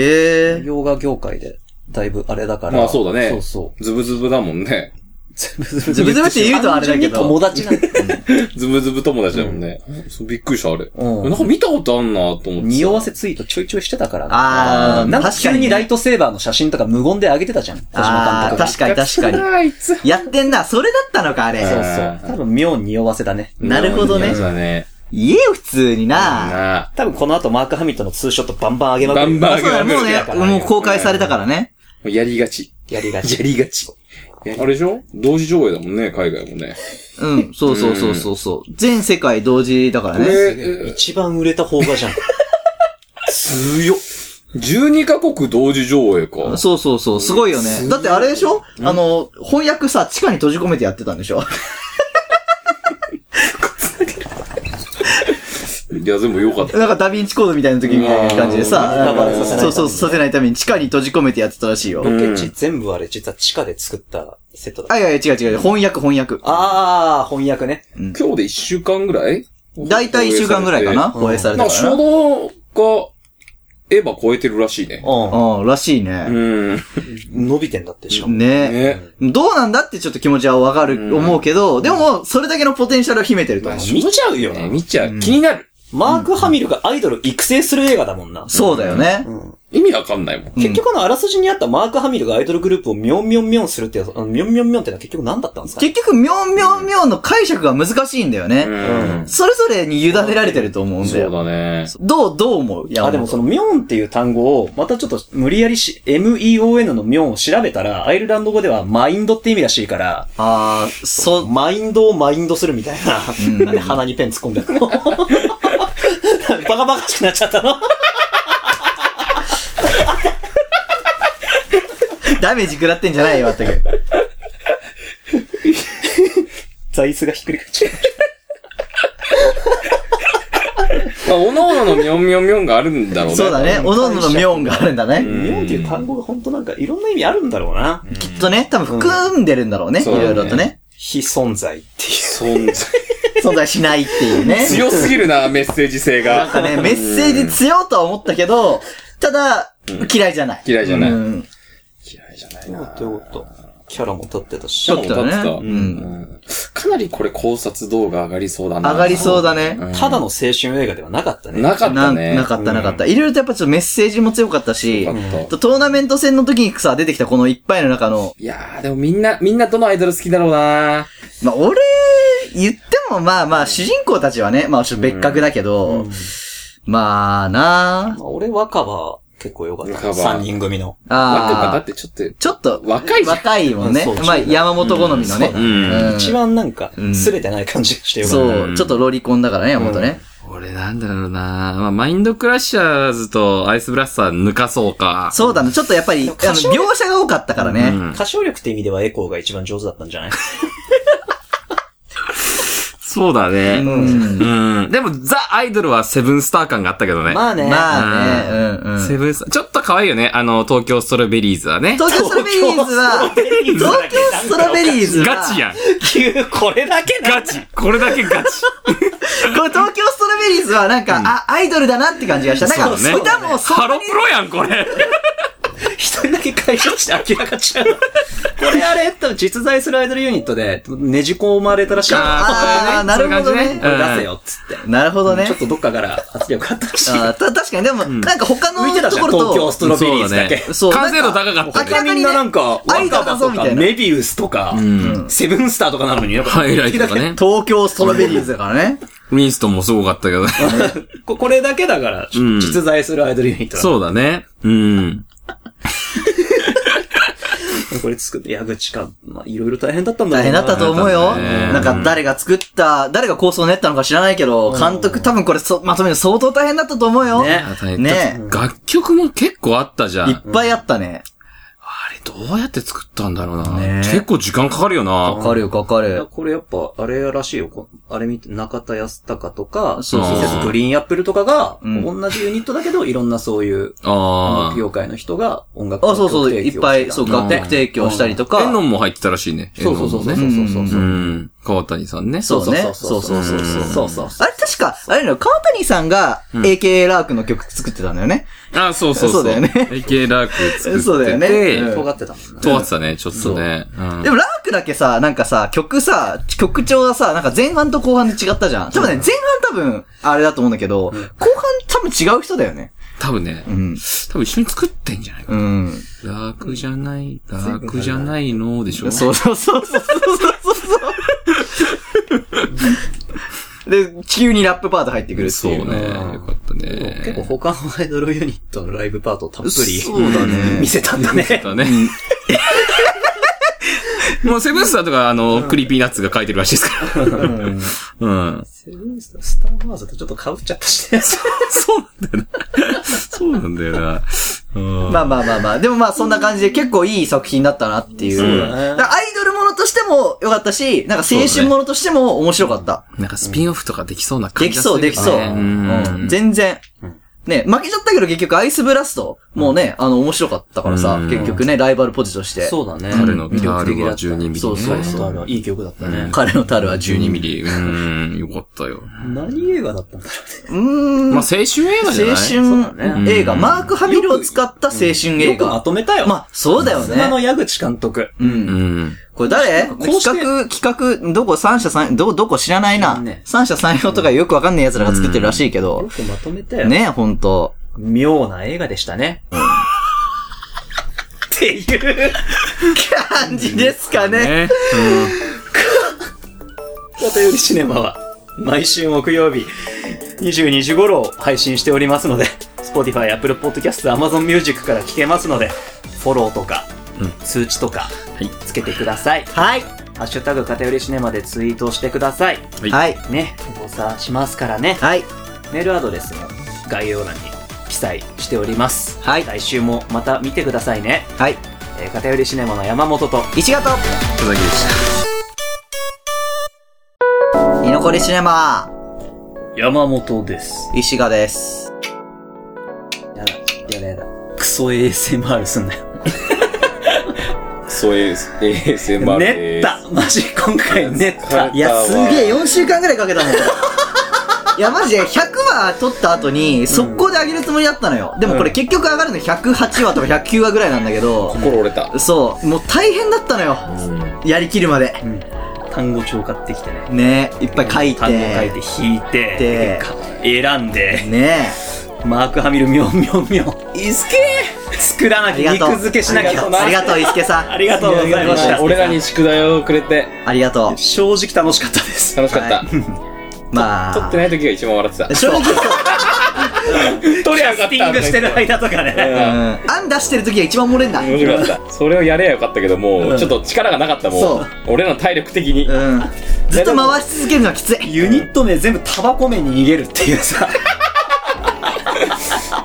Speaker 2: え。
Speaker 1: 洋画業界で、だいぶあれだから。
Speaker 3: まあそうだね
Speaker 1: そうそ
Speaker 3: ズブズブだもんね。
Speaker 1: う。ズブズブ
Speaker 2: ズブズブって言うとあれだけど
Speaker 1: 単純に友達なんだよ
Speaker 3: ズブズブ友達だもんね。そうびっくりした、あれ。
Speaker 1: うん
Speaker 3: なんか見たことあんなと思って。
Speaker 1: 匂わせツイートちょいちょいしてたからね
Speaker 2: あー
Speaker 1: なんか
Speaker 2: 確か
Speaker 1: 急
Speaker 2: にね
Speaker 1: にライトセーバーの写真とか無言で上げてたじゃん。小島監
Speaker 2: ああ、
Speaker 1: 督が。
Speaker 2: 確かに確かに。
Speaker 3: あいつ。
Speaker 2: やってんな。それだったのか、あれ。
Speaker 3: そう
Speaker 1: そうそう。多分妙に匂わせだね。
Speaker 2: なるほどね
Speaker 3: 匂わせだね。
Speaker 2: 言えよ、普通にな。
Speaker 3: なあ。
Speaker 1: 多分この後マーク・ハミットのツーショットバンバン上げまくる。
Speaker 3: バンバン
Speaker 2: あそうだねもうね、もう公開されたからね。
Speaker 3: もうやりがち。
Speaker 1: やりがち
Speaker 3: やりがち。あれでしょ同時上映だもんね、海外もね。
Speaker 2: うん、そうそうそうそうそう。全世界同時だから
Speaker 3: え
Speaker 2: ね。
Speaker 3: ーえー
Speaker 1: 一番売れた邦画じゃん。
Speaker 3: 強っ。12カ国同時上映か。
Speaker 2: そうそうそう、すごいよね。だってあれでしょあの、翻訳さ、地下に閉じ込めてやってたんでしょ
Speaker 3: いや、でもよかった。
Speaker 2: なんかダヴィンチコードみたいな時みたいな感じでさ、
Speaker 1: うん
Speaker 2: なん
Speaker 1: 暴れさせないた
Speaker 2: か
Speaker 1: めに
Speaker 2: そうそう、させないために地下に閉じ込めてやってたらしいよ。
Speaker 1: ロケ地全部あれ実は地下で作ったセットだ。
Speaker 2: あ、いやいや、違う違う、翻訳翻訳。
Speaker 1: あー、翻訳ね。
Speaker 3: 今日で1週間ぐらい
Speaker 2: だいたい一週間ぐらいかな放映され
Speaker 3: な
Speaker 2: た
Speaker 3: ん
Speaker 2: か
Speaker 3: から初
Speaker 2: な。
Speaker 3: 動が、エヴァ超えてるらしいね。
Speaker 1: う
Speaker 2: うん、らしいね。
Speaker 3: うん。
Speaker 1: ん。伸びてんだって、しかも。
Speaker 2: ね
Speaker 3: ね。
Speaker 2: どうなんだってちょっと気持ちはわか
Speaker 3: うん
Speaker 2: る、思うけど、でも、それだけのポテンシャルを秘めてると思う。
Speaker 1: 見ちゃうよ
Speaker 3: ね
Speaker 1: な。
Speaker 3: 見ちゃう。気になる。
Speaker 1: マーク・ハミルがアイドル育成する映画だもんな。
Speaker 2: そうだよね。
Speaker 3: 意味わかんないもん。
Speaker 1: 結局あの、あらすじにあったマーク・ハミルがアイドルグループをミョンミョンミョンするってやつ、あのミョンミョンミョンってのは結局何だったんですか
Speaker 2: 結局、みょんみょんみょんの解釈が難しいんだよ
Speaker 3: う
Speaker 2: ね。
Speaker 3: ん。
Speaker 2: それぞれに委ねられてると思うんだ
Speaker 3: そう
Speaker 2: よ。
Speaker 3: だね。
Speaker 2: どう、どう思う山本
Speaker 1: あ、でもそのミョンっていう単語を、またちょっと無理やりし、MEON のミョンを調べたら、アイルランド語ではマインドって意味らしいから、
Speaker 2: あー、そ、
Speaker 1: マインドをマインドするみたいな。なんで鼻にペン突っ込んでるのバカバカしくなっちゃったの
Speaker 2: ダメージ食らってんじゃないよ、全く。
Speaker 1: 座椅子がひっくり返っちゃう。
Speaker 3: まあ、おのおののみょんみょんみょんがあるんだろうね。
Speaker 2: そうだね。おのおのの妙音があるんだね。
Speaker 1: ミョンっていう単語が本当なんかいろんな意味あるんだろうな。
Speaker 2: きっとね、多分含んでるんだろうね。い
Speaker 3: そうだね
Speaker 2: ろいろとね。
Speaker 1: 非存在って
Speaker 3: 存在。
Speaker 2: 存在しないっていうね。
Speaker 3: 強すぎるな、メッセージ性
Speaker 2: なんか
Speaker 3: が。
Speaker 2: ね、メッセージ強いとは思ったけど、ただ、嫌いじゃない。
Speaker 3: 嫌いじゃない
Speaker 2: うん
Speaker 3: 嫌いじゃない
Speaker 1: いう。
Speaker 3: な。
Speaker 1: ってこと。キャラも立ってたし
Speaker 2: ち。ょっとね
Speaker 3: 立ってた
Speaker 2: う。
Speaker 3: うんんかなりこれ考察動画上がりそうだな。
Speaker 2: 上がりそうだね。
Speaker 1: ただの青春映画ではなかったね。
Speaker 3: なかった
Speaker 2: な
Speaker 3: ね。
Speaker 2: なかったなかっ
Speaker 3: う
Speaker 2: た。いろいろとやっぱちょっとメッセージも強かったし、
Speaker 3: んよかった。
Speaker 2: とトーナメント戦の時にさ、出てきたこのいっぱいの中の、
Speaker 3: いやー、でもみんな、みんなどのアイドル好きだろうな
Speaker 2: まあ俺、言ってもまあまあ主人公たちはね、まあちょっと別格だけど、まあな
Speaker 1: まあ俺若葉結構良かっ
Speaker 3: 若
Speaker 1: た。
Speaker 3: 葉
Speaker 1: 三人組の。
Speaker 3: 若葉だっ
Speaker 2: ああ、
Speaker 3: てちょっと、
Speaker 2: ちょっと、
Speaker 3: 若いじゃん
Speaker 2: 若いもんね
Speaker 1: そう。
Speaker 2: まあ山本好みのね。
Speaker 3: うん
Speaker 2: うん
Speaker 1: 一番なんか
Speaker 2: う、ん
Speaker 1: すれてない感じがしてよかった。
Speaker 2: そう、ちょっとロリコンだからね、山本ね。
Speaker 4: 俺なんだろうなまあ、マインドクラッシャーズとアイスブラスター抜かそうか。
Speaker 2: そうだね、ちょっとやっぱり、
Speaker 1: で
Speaker 2: あの
Speaker 1: も歌、唱
Speaker 2: 描写が多かったからね。
Speaker 1: 歌唱力って意味ではエコーが一番上手だったんじゃない
Speaker 3: そうだね。うん。でも、ザ・アイドルはセブンスター感があったけどね。
Speaker 5: まあね。
Speaker 2: まあね、うんうん。
Speaker 3: セブンスター、ちょっと可愛いよね。あの、東京ストロベリーズはね。
Speaker 2: 東京ストロベリーズは、東京ストロベリーズは、
Speaker 3: ガチやん。
Speaker 5: 急、これだけな
Speaker 3: ガチ。これだけガチ。
Speaker 2: これ東京ストロベリーズはなんか、あ、アイドルだなって感じがした。なん
Speaker 3: そう
Speaker 2: か、
Speaker 3: ね
Speaker 2: 歌もそ
Speaker 3: ハ
Speaker 2: んな
Speaker 3: ロ
Speaker 2: に
Speaker 3: プロやん、これ。
Speaker 5: 一人だけ解消して明らかちゃう。
Speaker 1: これあれ、多分実在するアイドルユニットで、ねじ込まれたらしい。
Speaker 2: あー、なるほどね。
Speaker 1: これ出せよ、っつって。
Speaker 2: なるほどね
Speaker 1: ちょ。っとどっかから圧力あったらしい。
Speaker 2: あーた確かに、でも、なんか他
Speaker 1: 浮いてた
Speaker 2: のと
Speaker 1: じゃ
Speaker 2: こ
Speaker 1: ん、東京
Speaker 2: ろ
Speaker 1: ストロベリーズだけ。
Speaker 2: と、そう。
Speaker 3: 完成度
Speaker 2: なん
Speaker 3: 高かったね。
Speaker 2: 明らか
Speaker 1: み
Speaker 2: に
Speaker 1: ん
Speaker 2: ね
Speaker 1: ななんか、
Speaker 2: アイド
Speaker 1: 若
Speaker 2: ルだ
Speaker 1: 葉
Speaker 2: ぞ
Speaker 1: と
Speaker 2: みた
Speaker 1: か、
Speaker 2: いな。
Speaker 1: メビウスとか、セブンスターとかなのに、なんか
Speaker 3: ハイライトとかね。
Speaker 2: 東京ストロベリーズだからね。
Speaker 3: ミンストンもすごかったけどね。
Speaker 1: ここれだけだから、
Speaker 3: ん
Speaker 1: 実在するアイドルユニットなの
Speaker 3: そうだね。うん。
Speaker 1: これ作って、矢口か、まあ、いろいろ大変だったんだ
Speaker 2: 大変だったと思うよ。
Speaker 3: 大変だったね
Speaker 2: なんか誰が作った、誰が構想を練ったのか知らないけど、監督多分これそまとめるの相当大変だったと思うよ。
Speaker 1: ね
Speaker 2: ね
Speaker 3: 楽曲も結構あったじゃん。
Speaker 2: いっぱいあったね。
Speaker 3: あれ、どうやって作ったんだろうな。
Speaker 2: ね
Speaker 3: 結構時間かかるよ
Speaker 2: わ
Speaker 3: な。
Speaker 2: かるよ、わか
Speaker 1: いや
Speaker 2: る。
Speaker 1: これやっぱ、あれらしいよ。こあれ見て、中田康隆とか、
Speaker 2: そう
Speaker 3: そうそう
Speaker 1: グリーンアップルとかが、
Speaker 2: うん
Speaker 1: 同じユニットだけど、いろんなそういう、音
Speaker 3: あ
Speaker 1: 楽業界の人が音楽
Speaker 2: あ、そうそう、いっぱい、そう、
Speaker 1: か
Speaker 2: 楽曲提供したりと
Speaker 3: あ。エ
Speaker 2: か。
Speaker 3: ノンも入ってたらしいね。
Speaker 1: そうそうそうそうそう
Speaker 3: う。
Speaker 1: そうそう
Speaker 3: う
Speaker 1: そう。
Speaker 3: ん。川谷さんね。
Speaker 2: そうね
Speaker 1: そうそうそうそう。そうそうそう。
Speaker 2: あれ確か、あれの、川谷さんが AKA ラークの曲作ってたんだよね。
Speaker 3: あ、そうそう
Speaker 2: そうだよね
Speaker 3: AK ラーク作ってて。
Speaker 2: そうだよねうん
Speaker 1: 尖ってたもんね。
Speaker 3: 尖ってたね、ちょっとね。うん
Speaker 2: でもラークだけさ、なんかさ、曲さ、曲調がさ、なんか前半と後半で違ったじゃん。多分ね、前半多分、あれだと思うんだけど、後半多分違う人だよね。
Speaker 3: 多分ね
Speaker 2: う、ん。
Speaker 3: 多分一緒に作ってんじゃないか。
Speaker 2: うん。
Speaker 3: ラークじゃない、ラークじゃないのでしょ。
Speaker 2: そうそうそうそうそうそう。で、急にラップパート入ってくるって
Speaker 3: そう
Speaker 2: い
Speaker 3: ね。
Speaker 2: う。
Speaker 3: よかったね。
Speaker 1: 結構他のアイドルユニットのライブパートをたっぷり
Speaker 2: そうだね
Speaker 1: 見せたんだね。
Speaker 3: だね。もうセブンスターとか、あの、クリーピーナッツが書いてるらしいですから。うん。
Speaker 1: セブンスタースター・ワーズとちょっと被っちゃったしね。
Speaker 3: そうなんだよな。そうなんだよな。うん。
Speaker 2: まあまあまあまあ。でもまあそんな感じで結構いい作品だったなっていう。だからアイドルものとしても良かったし、なんか青春ものとしても面白かった。
Speaker 3: なんかスピンオフとかできそうな感
Speaker 2: で
Speaker 3: じ
Speaker 2: き
Speaker 3: が
Speaker 2: そう、
Speaker 3: する
Speaker 2: で
Speaker 3: け
Speaker 2: き
Speaker 3: ど
Speaker 2: そう。
Speaker 3: ね
Speaker 2: うん全然。ね、負けちゃったけど結局アイスブラストもね、あの面白かったからさ、
Speaker 3: うん
Speaker 2: 結局ね、ライバルポジとして。
Speaker 1: そうだね。
Speaker 3: 彼のタールは
Speaker 1: った
Speaker 3: 12ミリね。
Speaker 2: そうそう
Speaker 1: そうあのいい曲だったね。
Speaker 2: 彼のタルは12
Speaker 3: 12ミ
Speaker 2: ミリ。
Speaker 3: リ。うん、よかったよ。
Speaker 1: 何映画だったんだろ
Speaker 2: うーん。
Speaker 3: まあ、青春映画じゃない
Speaker 2: 青春映画、マーク・ハミルを使った青春
Speaker 1: うね。よ
Speaker 2: 映
Speaker 1: くま
Speaker 2: 画。
Speaker 1: とめたよ。
Speaker 2: まあ、そうだよ
Speaker 1: 砂の
Speaker 2: ね。
Speaker 1: 矢口監督。
Speaker 2: うん。
Speaker 3: うん。
Speaker 2: これ誰
Speaker 1: こう
Speaker 2: 企
Speaker 1: して
Speaker 2: 画、企画、どこ三社三、ど、どこ知らない
Speaker 1: 知ら
Speaker 2: なん
Speaker 1: ね。
Speaker 2: 三社三様とかよくわかんない奴らが作ってるらしいけ
Speaker 1: よ
Speaker 2: ど。
Speaker 1: くまとめたよ。
Speaker 2: ねほんと。
Speaker 1: 妙な映画でしたね。っていう
Speaker 2: 感じですかね。
Speaker 3: ね。
Speaker 1: お便りシネマは毎週木曜日22時頃を配信しておりますので Spotify、Apple Podcast、Amazon Music から聞けますのでフォローとか、通知とかつけてください。はい。ハッシュタグ片寄りシネマでツイートしてください。
Speaker 3: うん
Speaker 2: はい。
Speaker 1: ね、ごさしますからね。
Speaker 2: はい。
Speaker 1: メールアドレスも概要欄に記載しております。
Speaker 2: はい
Speaker 1: 来週もまた見てくださいね。
Speaker 2: はい。
Speaker 1: えー、片寄りシネマの山本と
Speaker 2: 石形
Speaker 3: 佐々木でした。
Speaker 2: 居残りシネマ
Speaker 1: 山本です。
Speaker 2: 石賀です。
Speaker 1: やだ、やだやだ。クソ ASMR すんなよ。
Speaker 6: そういう、ASMR
Speaker 1: 練
Speaker 6: で
Speaker 1: っ
Speaker 6: す。
Speaker 1: たマジ今回練った
Speaker 6: いや
Speaker 2: すげえ、4週間ぐらいかけた もん。これいや、マジで、100話撮った後に、速攻で上げるつもりだったのよ。でもこれ結局上がるの108話とか109話ぐらいなんだけど、
Speaker 6: 心折れた。
Speaker 2: そう、もう大変だったのよ。やりきるまで。
Speaker 1: 単語帳買ってきてね
Speaker 2: ねいっぱい書い
Speaker 1: 単語書い
Speaker 2: て。
Speaker 1: て引いて
Speaker 2: で
Speaker 1: か選んで
Speaker 2: ね
Speaker 1: マーク・ハミルみょんみょんみょんいすけ作らな
Speaker 2: あり
Speaker 1: きゃ
Speaker 2: がとう。
Speaker 1: 肉付けしなきゃ
Speaker 2: ありがとう、伊助さん。
Speaker 1: ありがとうございました
Speaker 6: 俺らに宿題をくれて、
Speaker 2: ありがとう。
Speaker 1: 正直楽しかったです
Speaker 6: 楽しかった
Speaker 2: は。まあ。
Speaker 6: 撮ってない時が一番笑ってた。
Speaker 2: 正直そう。
Speaker 6: 撮りゃよか
Speaker 1: ス
Speaker 6: っ
Speaker 1: ティ
Speaker 6: た
Speaker 1: ングしてる間とか
Speaker 6: う
Speaker 1: ね
Speaker 2: うん
Speaker 6: ん。
Speaker 2: 案出してる時が一番漏れんだ。
Speaker 6: 面白かった。それをやればよかったけど、もう、ちょっと力がなかった、も
Speaker 2: そう
Speaker 6: う。俺らの体力的に。
Speaker 2: うん。ずっと回し続けるのはきつい。
Speaker 1: ユニット名全部タバコ名に逃げるっていう さ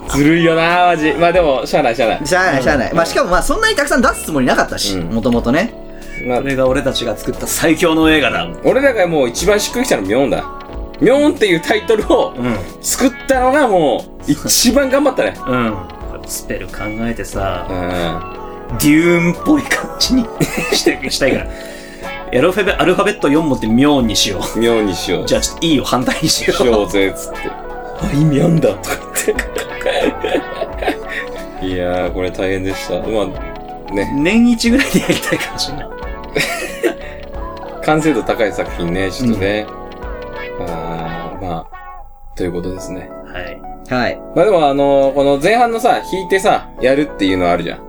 Speaker 6: ずるいよなマジ。まあでも、しゃあない、しゃあない。
Speaker 2: しゃあない、しゃあない。まあ、しかもまあ、そんなにたくさん出すつもりなかったし、もともとね。
Speaker 3: まあ
Speaker 1: これが俺たちが作った最強の映画だ。
Speaker 3: 俺らがもう一番しっくりきたのミョンだ。ミョンっていうタイトルを
Speaker 1: うん。
Speaker 3: 作ったのがもう一番頑張ったね。
Speaker 1: うん。スペル考えてさ
Speaker 3: う、ん。
Speaker 1: デューンっぽい感じに してしたいから。エロフェベ、アルファベット4文字妙にしよう。
Speaker 3: ミョンにしよう。
Speaker 1: じゃあちょっといいよ、反対にしよ
Speaker 3: し
Speaker 1: う。
Speaker 3: ようぜ、つって。
Speaker 1: あ、意味あんだ、とか言って。
Speaker 3: いやー、これ大変でした。まあ、ね、
Speaker 1: 年一ぐらいでやりたいかもしれない。
Speaker 3: 完成度高い作品ね、ちょっとね。あーまあ、ということですね。
Speaker 1: はい。
Speaker 2: はい。
Speaker 3: まあでもあのこの前半のさ、弾いてさ、やるっていうのあるじゃん。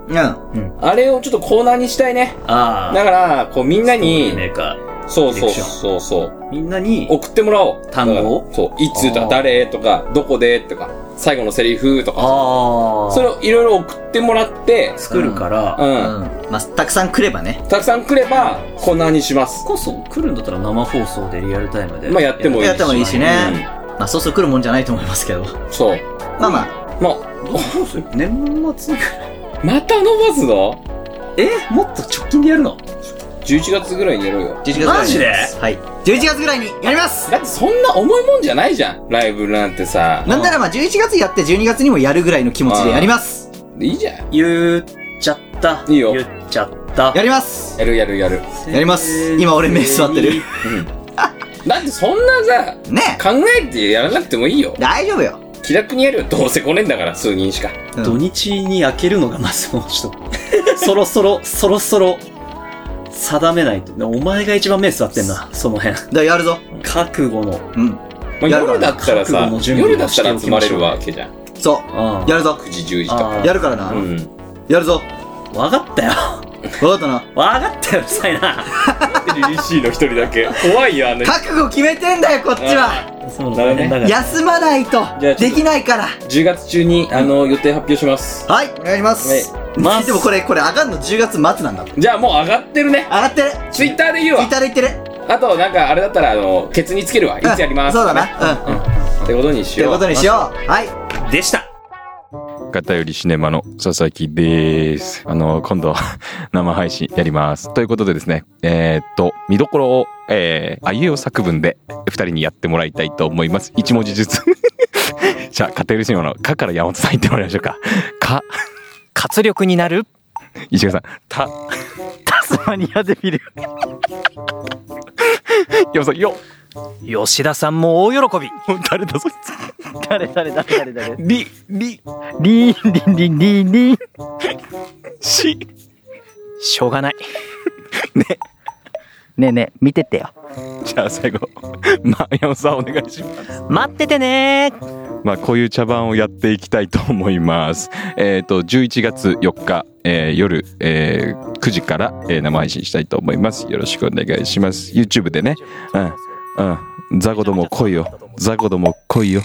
Speaker 2: うん。
Speaker 3: あれをちょっとコーナーにしたいね。
Speaker 1: ああ。
Speaker 3: だから、こうみんなに、
Speaker 1: メーカ
Speaker 3: そうそ
Speaker 1: デ
Speaker 3: う
Speaker 1: ィレクション
Speaker 3: そうそう。
Speaker 1: みんなに、
Speaker 3: 送ってもらおう。
Speaker 1: 単語を
Speaker 3: だからそう。いつとか、誰とか、どこでとか、最後のセリフとか。
Speaker 1: ああ。
Speaker 3: それをいろいろ送ってもらって、
Speaker 1: 作るから、
Speaker 3: う。
Speaker 2: うんん。まあ、たくさん来ればね。
Speaker 3: たくさん来れば、コーナーにします。
Speaker 1: こそ来るんだったら生放送でリアルタイムで。
Speaker 3: まあやってもいいし。
Speaker 2: やってもいいしね
Speaker 3: うん。
Speaker 2: まあ、そうそう来るもんじゃないと思いますけど。
Speaker 3: そう。
Speaker 2: まあまあ、
Speaker 3: まあ、
Speaker 1: どうする年末ぐらい
Speaker 3: また伸ばすの
Speaker 1: えもっと直近でやるの
Speaker 3: ?11 月ぐらいにやろうよ。
Speaker 2: 11月ぐらいに。
Speaker 1: マジで
Speaker 2: はい。11月ぐらいにやります
Speaker 3: だってそんな重いもんじゃないじゃん。ライブなんてさ。
Speaker 2: なんならまあ、11月やって12月にもやるぐらいの気持ちでやります
Speaker 3: いいじゃん。
Speaker 1: 言っちゃった。
Speaker 3: いいよ
Speaker 1: 言っちゃった
Speaker 2: や。ります
Speaker 3: やるやるやる。
Speaker 2: やります今俺目座ってる。
Speaker 3: だってそんなさ、
Speaker 2: ね
Speaker 3: 考えてやらなくてもいいよ。
Speaker 2: 大丈夫よ。
Speaker 3: 気楽にやるよ。どうせ来ねえんだから、数人しか。
Speaker 2: うん
Speaker 1: 土日に開けるのがまずもうちょっと、そろそろ、そろそろ、定めないと。お前が一番目座ってんな、その辺。
Speaker 2: だ、やるぞ。
Speaker 1: 覚悟の。
Speaker 2: うん。
Speaker 3: まあ、
Speaker 2: やるから
Speaker 3: 夜だった
Speaker 1: 覚
Speaker 3: らさ
Speaker 1: 悟の、準備を
Speaker 3: 夜だった
Speaker 1: し
Speaker 3: ら
Speaker 1: てお
Speaker 3: 集
Speaker 1: きま
Speaker 3: まれ
Speaker 1: しょう
Speaker 3: るわけじゃん。
Speaker 2: そ
Speaker 1: うん
Speaker 2: う。やるぞ。
Speaker 3: 9時、10時とか。
Speaker 1: あ
Speaker 2: やるからな
Speaker 3: う。ん。
Speaker 2: やるぞ。
Speaker 1: あ、わかったよ。
Speaker 2: わかったな。
Speaker 1: わかったよ、うるさいな。
Speaker 3: LEC の一人だけ。怖いよ、あの人。
Speaker 2: 覚悟決めてんだよ、こっちは。
Speaker 1: そう
Speaker 3: なるほどね
Speaker 1: だから
Speaker 2: 休まないと
Speaker 3: じゃあ、ちょっ
Speaker 2: で
Speaker 3: と
Speaker 2: きないから。
Speaker 3: 10月中に、あの、予定発表します。
Speaker 2: はい、お願いします。
Speaker 1: ます
Speaker 2: でもこれ、これ上がんの10月末なんだ。上
Speaker 3: じゃあもう上がってるね。
Speaker 2: がってる。
Speaker 3: Twitter で言う
Speaker 2: ツイ
Speaker 3: わ
Speaker 2: ッ。ターで言ってる。
Speaker 3: あと、なんか、あれだったら、あの、ケツにつけるわ。いつやります。
Speaker 2: そうだ。な。うん。っ
Speaker 3: ってことにしてよう。
Speaker 2: ことにしよう。はい。
Speaker 1: でした。
Speaker 7: 片寄りシネマの佐々木です。あの、今度、生配信やります。ということでですね、えーっと、見どころを、えー、あゆえお作文で二人にやってもらいたいと思います。一文字ずつ。 じゃあ、片寄りシネマのかから山本さん言ってもらいましょうか。か、
Speaker 8: 活力になる
Speaker 7: 石川さん、た、タスマニアで見る。山本さん、よ
Speaker 8: 吉田さんも大喜び。
Speaker 7: もう誰だそいつ。
Speaker 9: 誰誰誰誰誰
Speaker 7: り、り、
Speaker 9: リンリンリンリンリン
Speaker 7: し、
Speaker 8: しょうがない。
Speaker 9: ねえねえ見てってよ
Speaker 7: じゃあ最後、ま、山本さんお願いします。
Speaker 9: 待っててねー
Speaker 7: まあ、こういう茶番をやっていきたいと思います。 えっ、と、11月4日、えー夜、えー9時から、えー生配信したいと思います。よろしくお願いします。YouTube でね。うん。うん。ザコども来いよ。ザコども来いよ。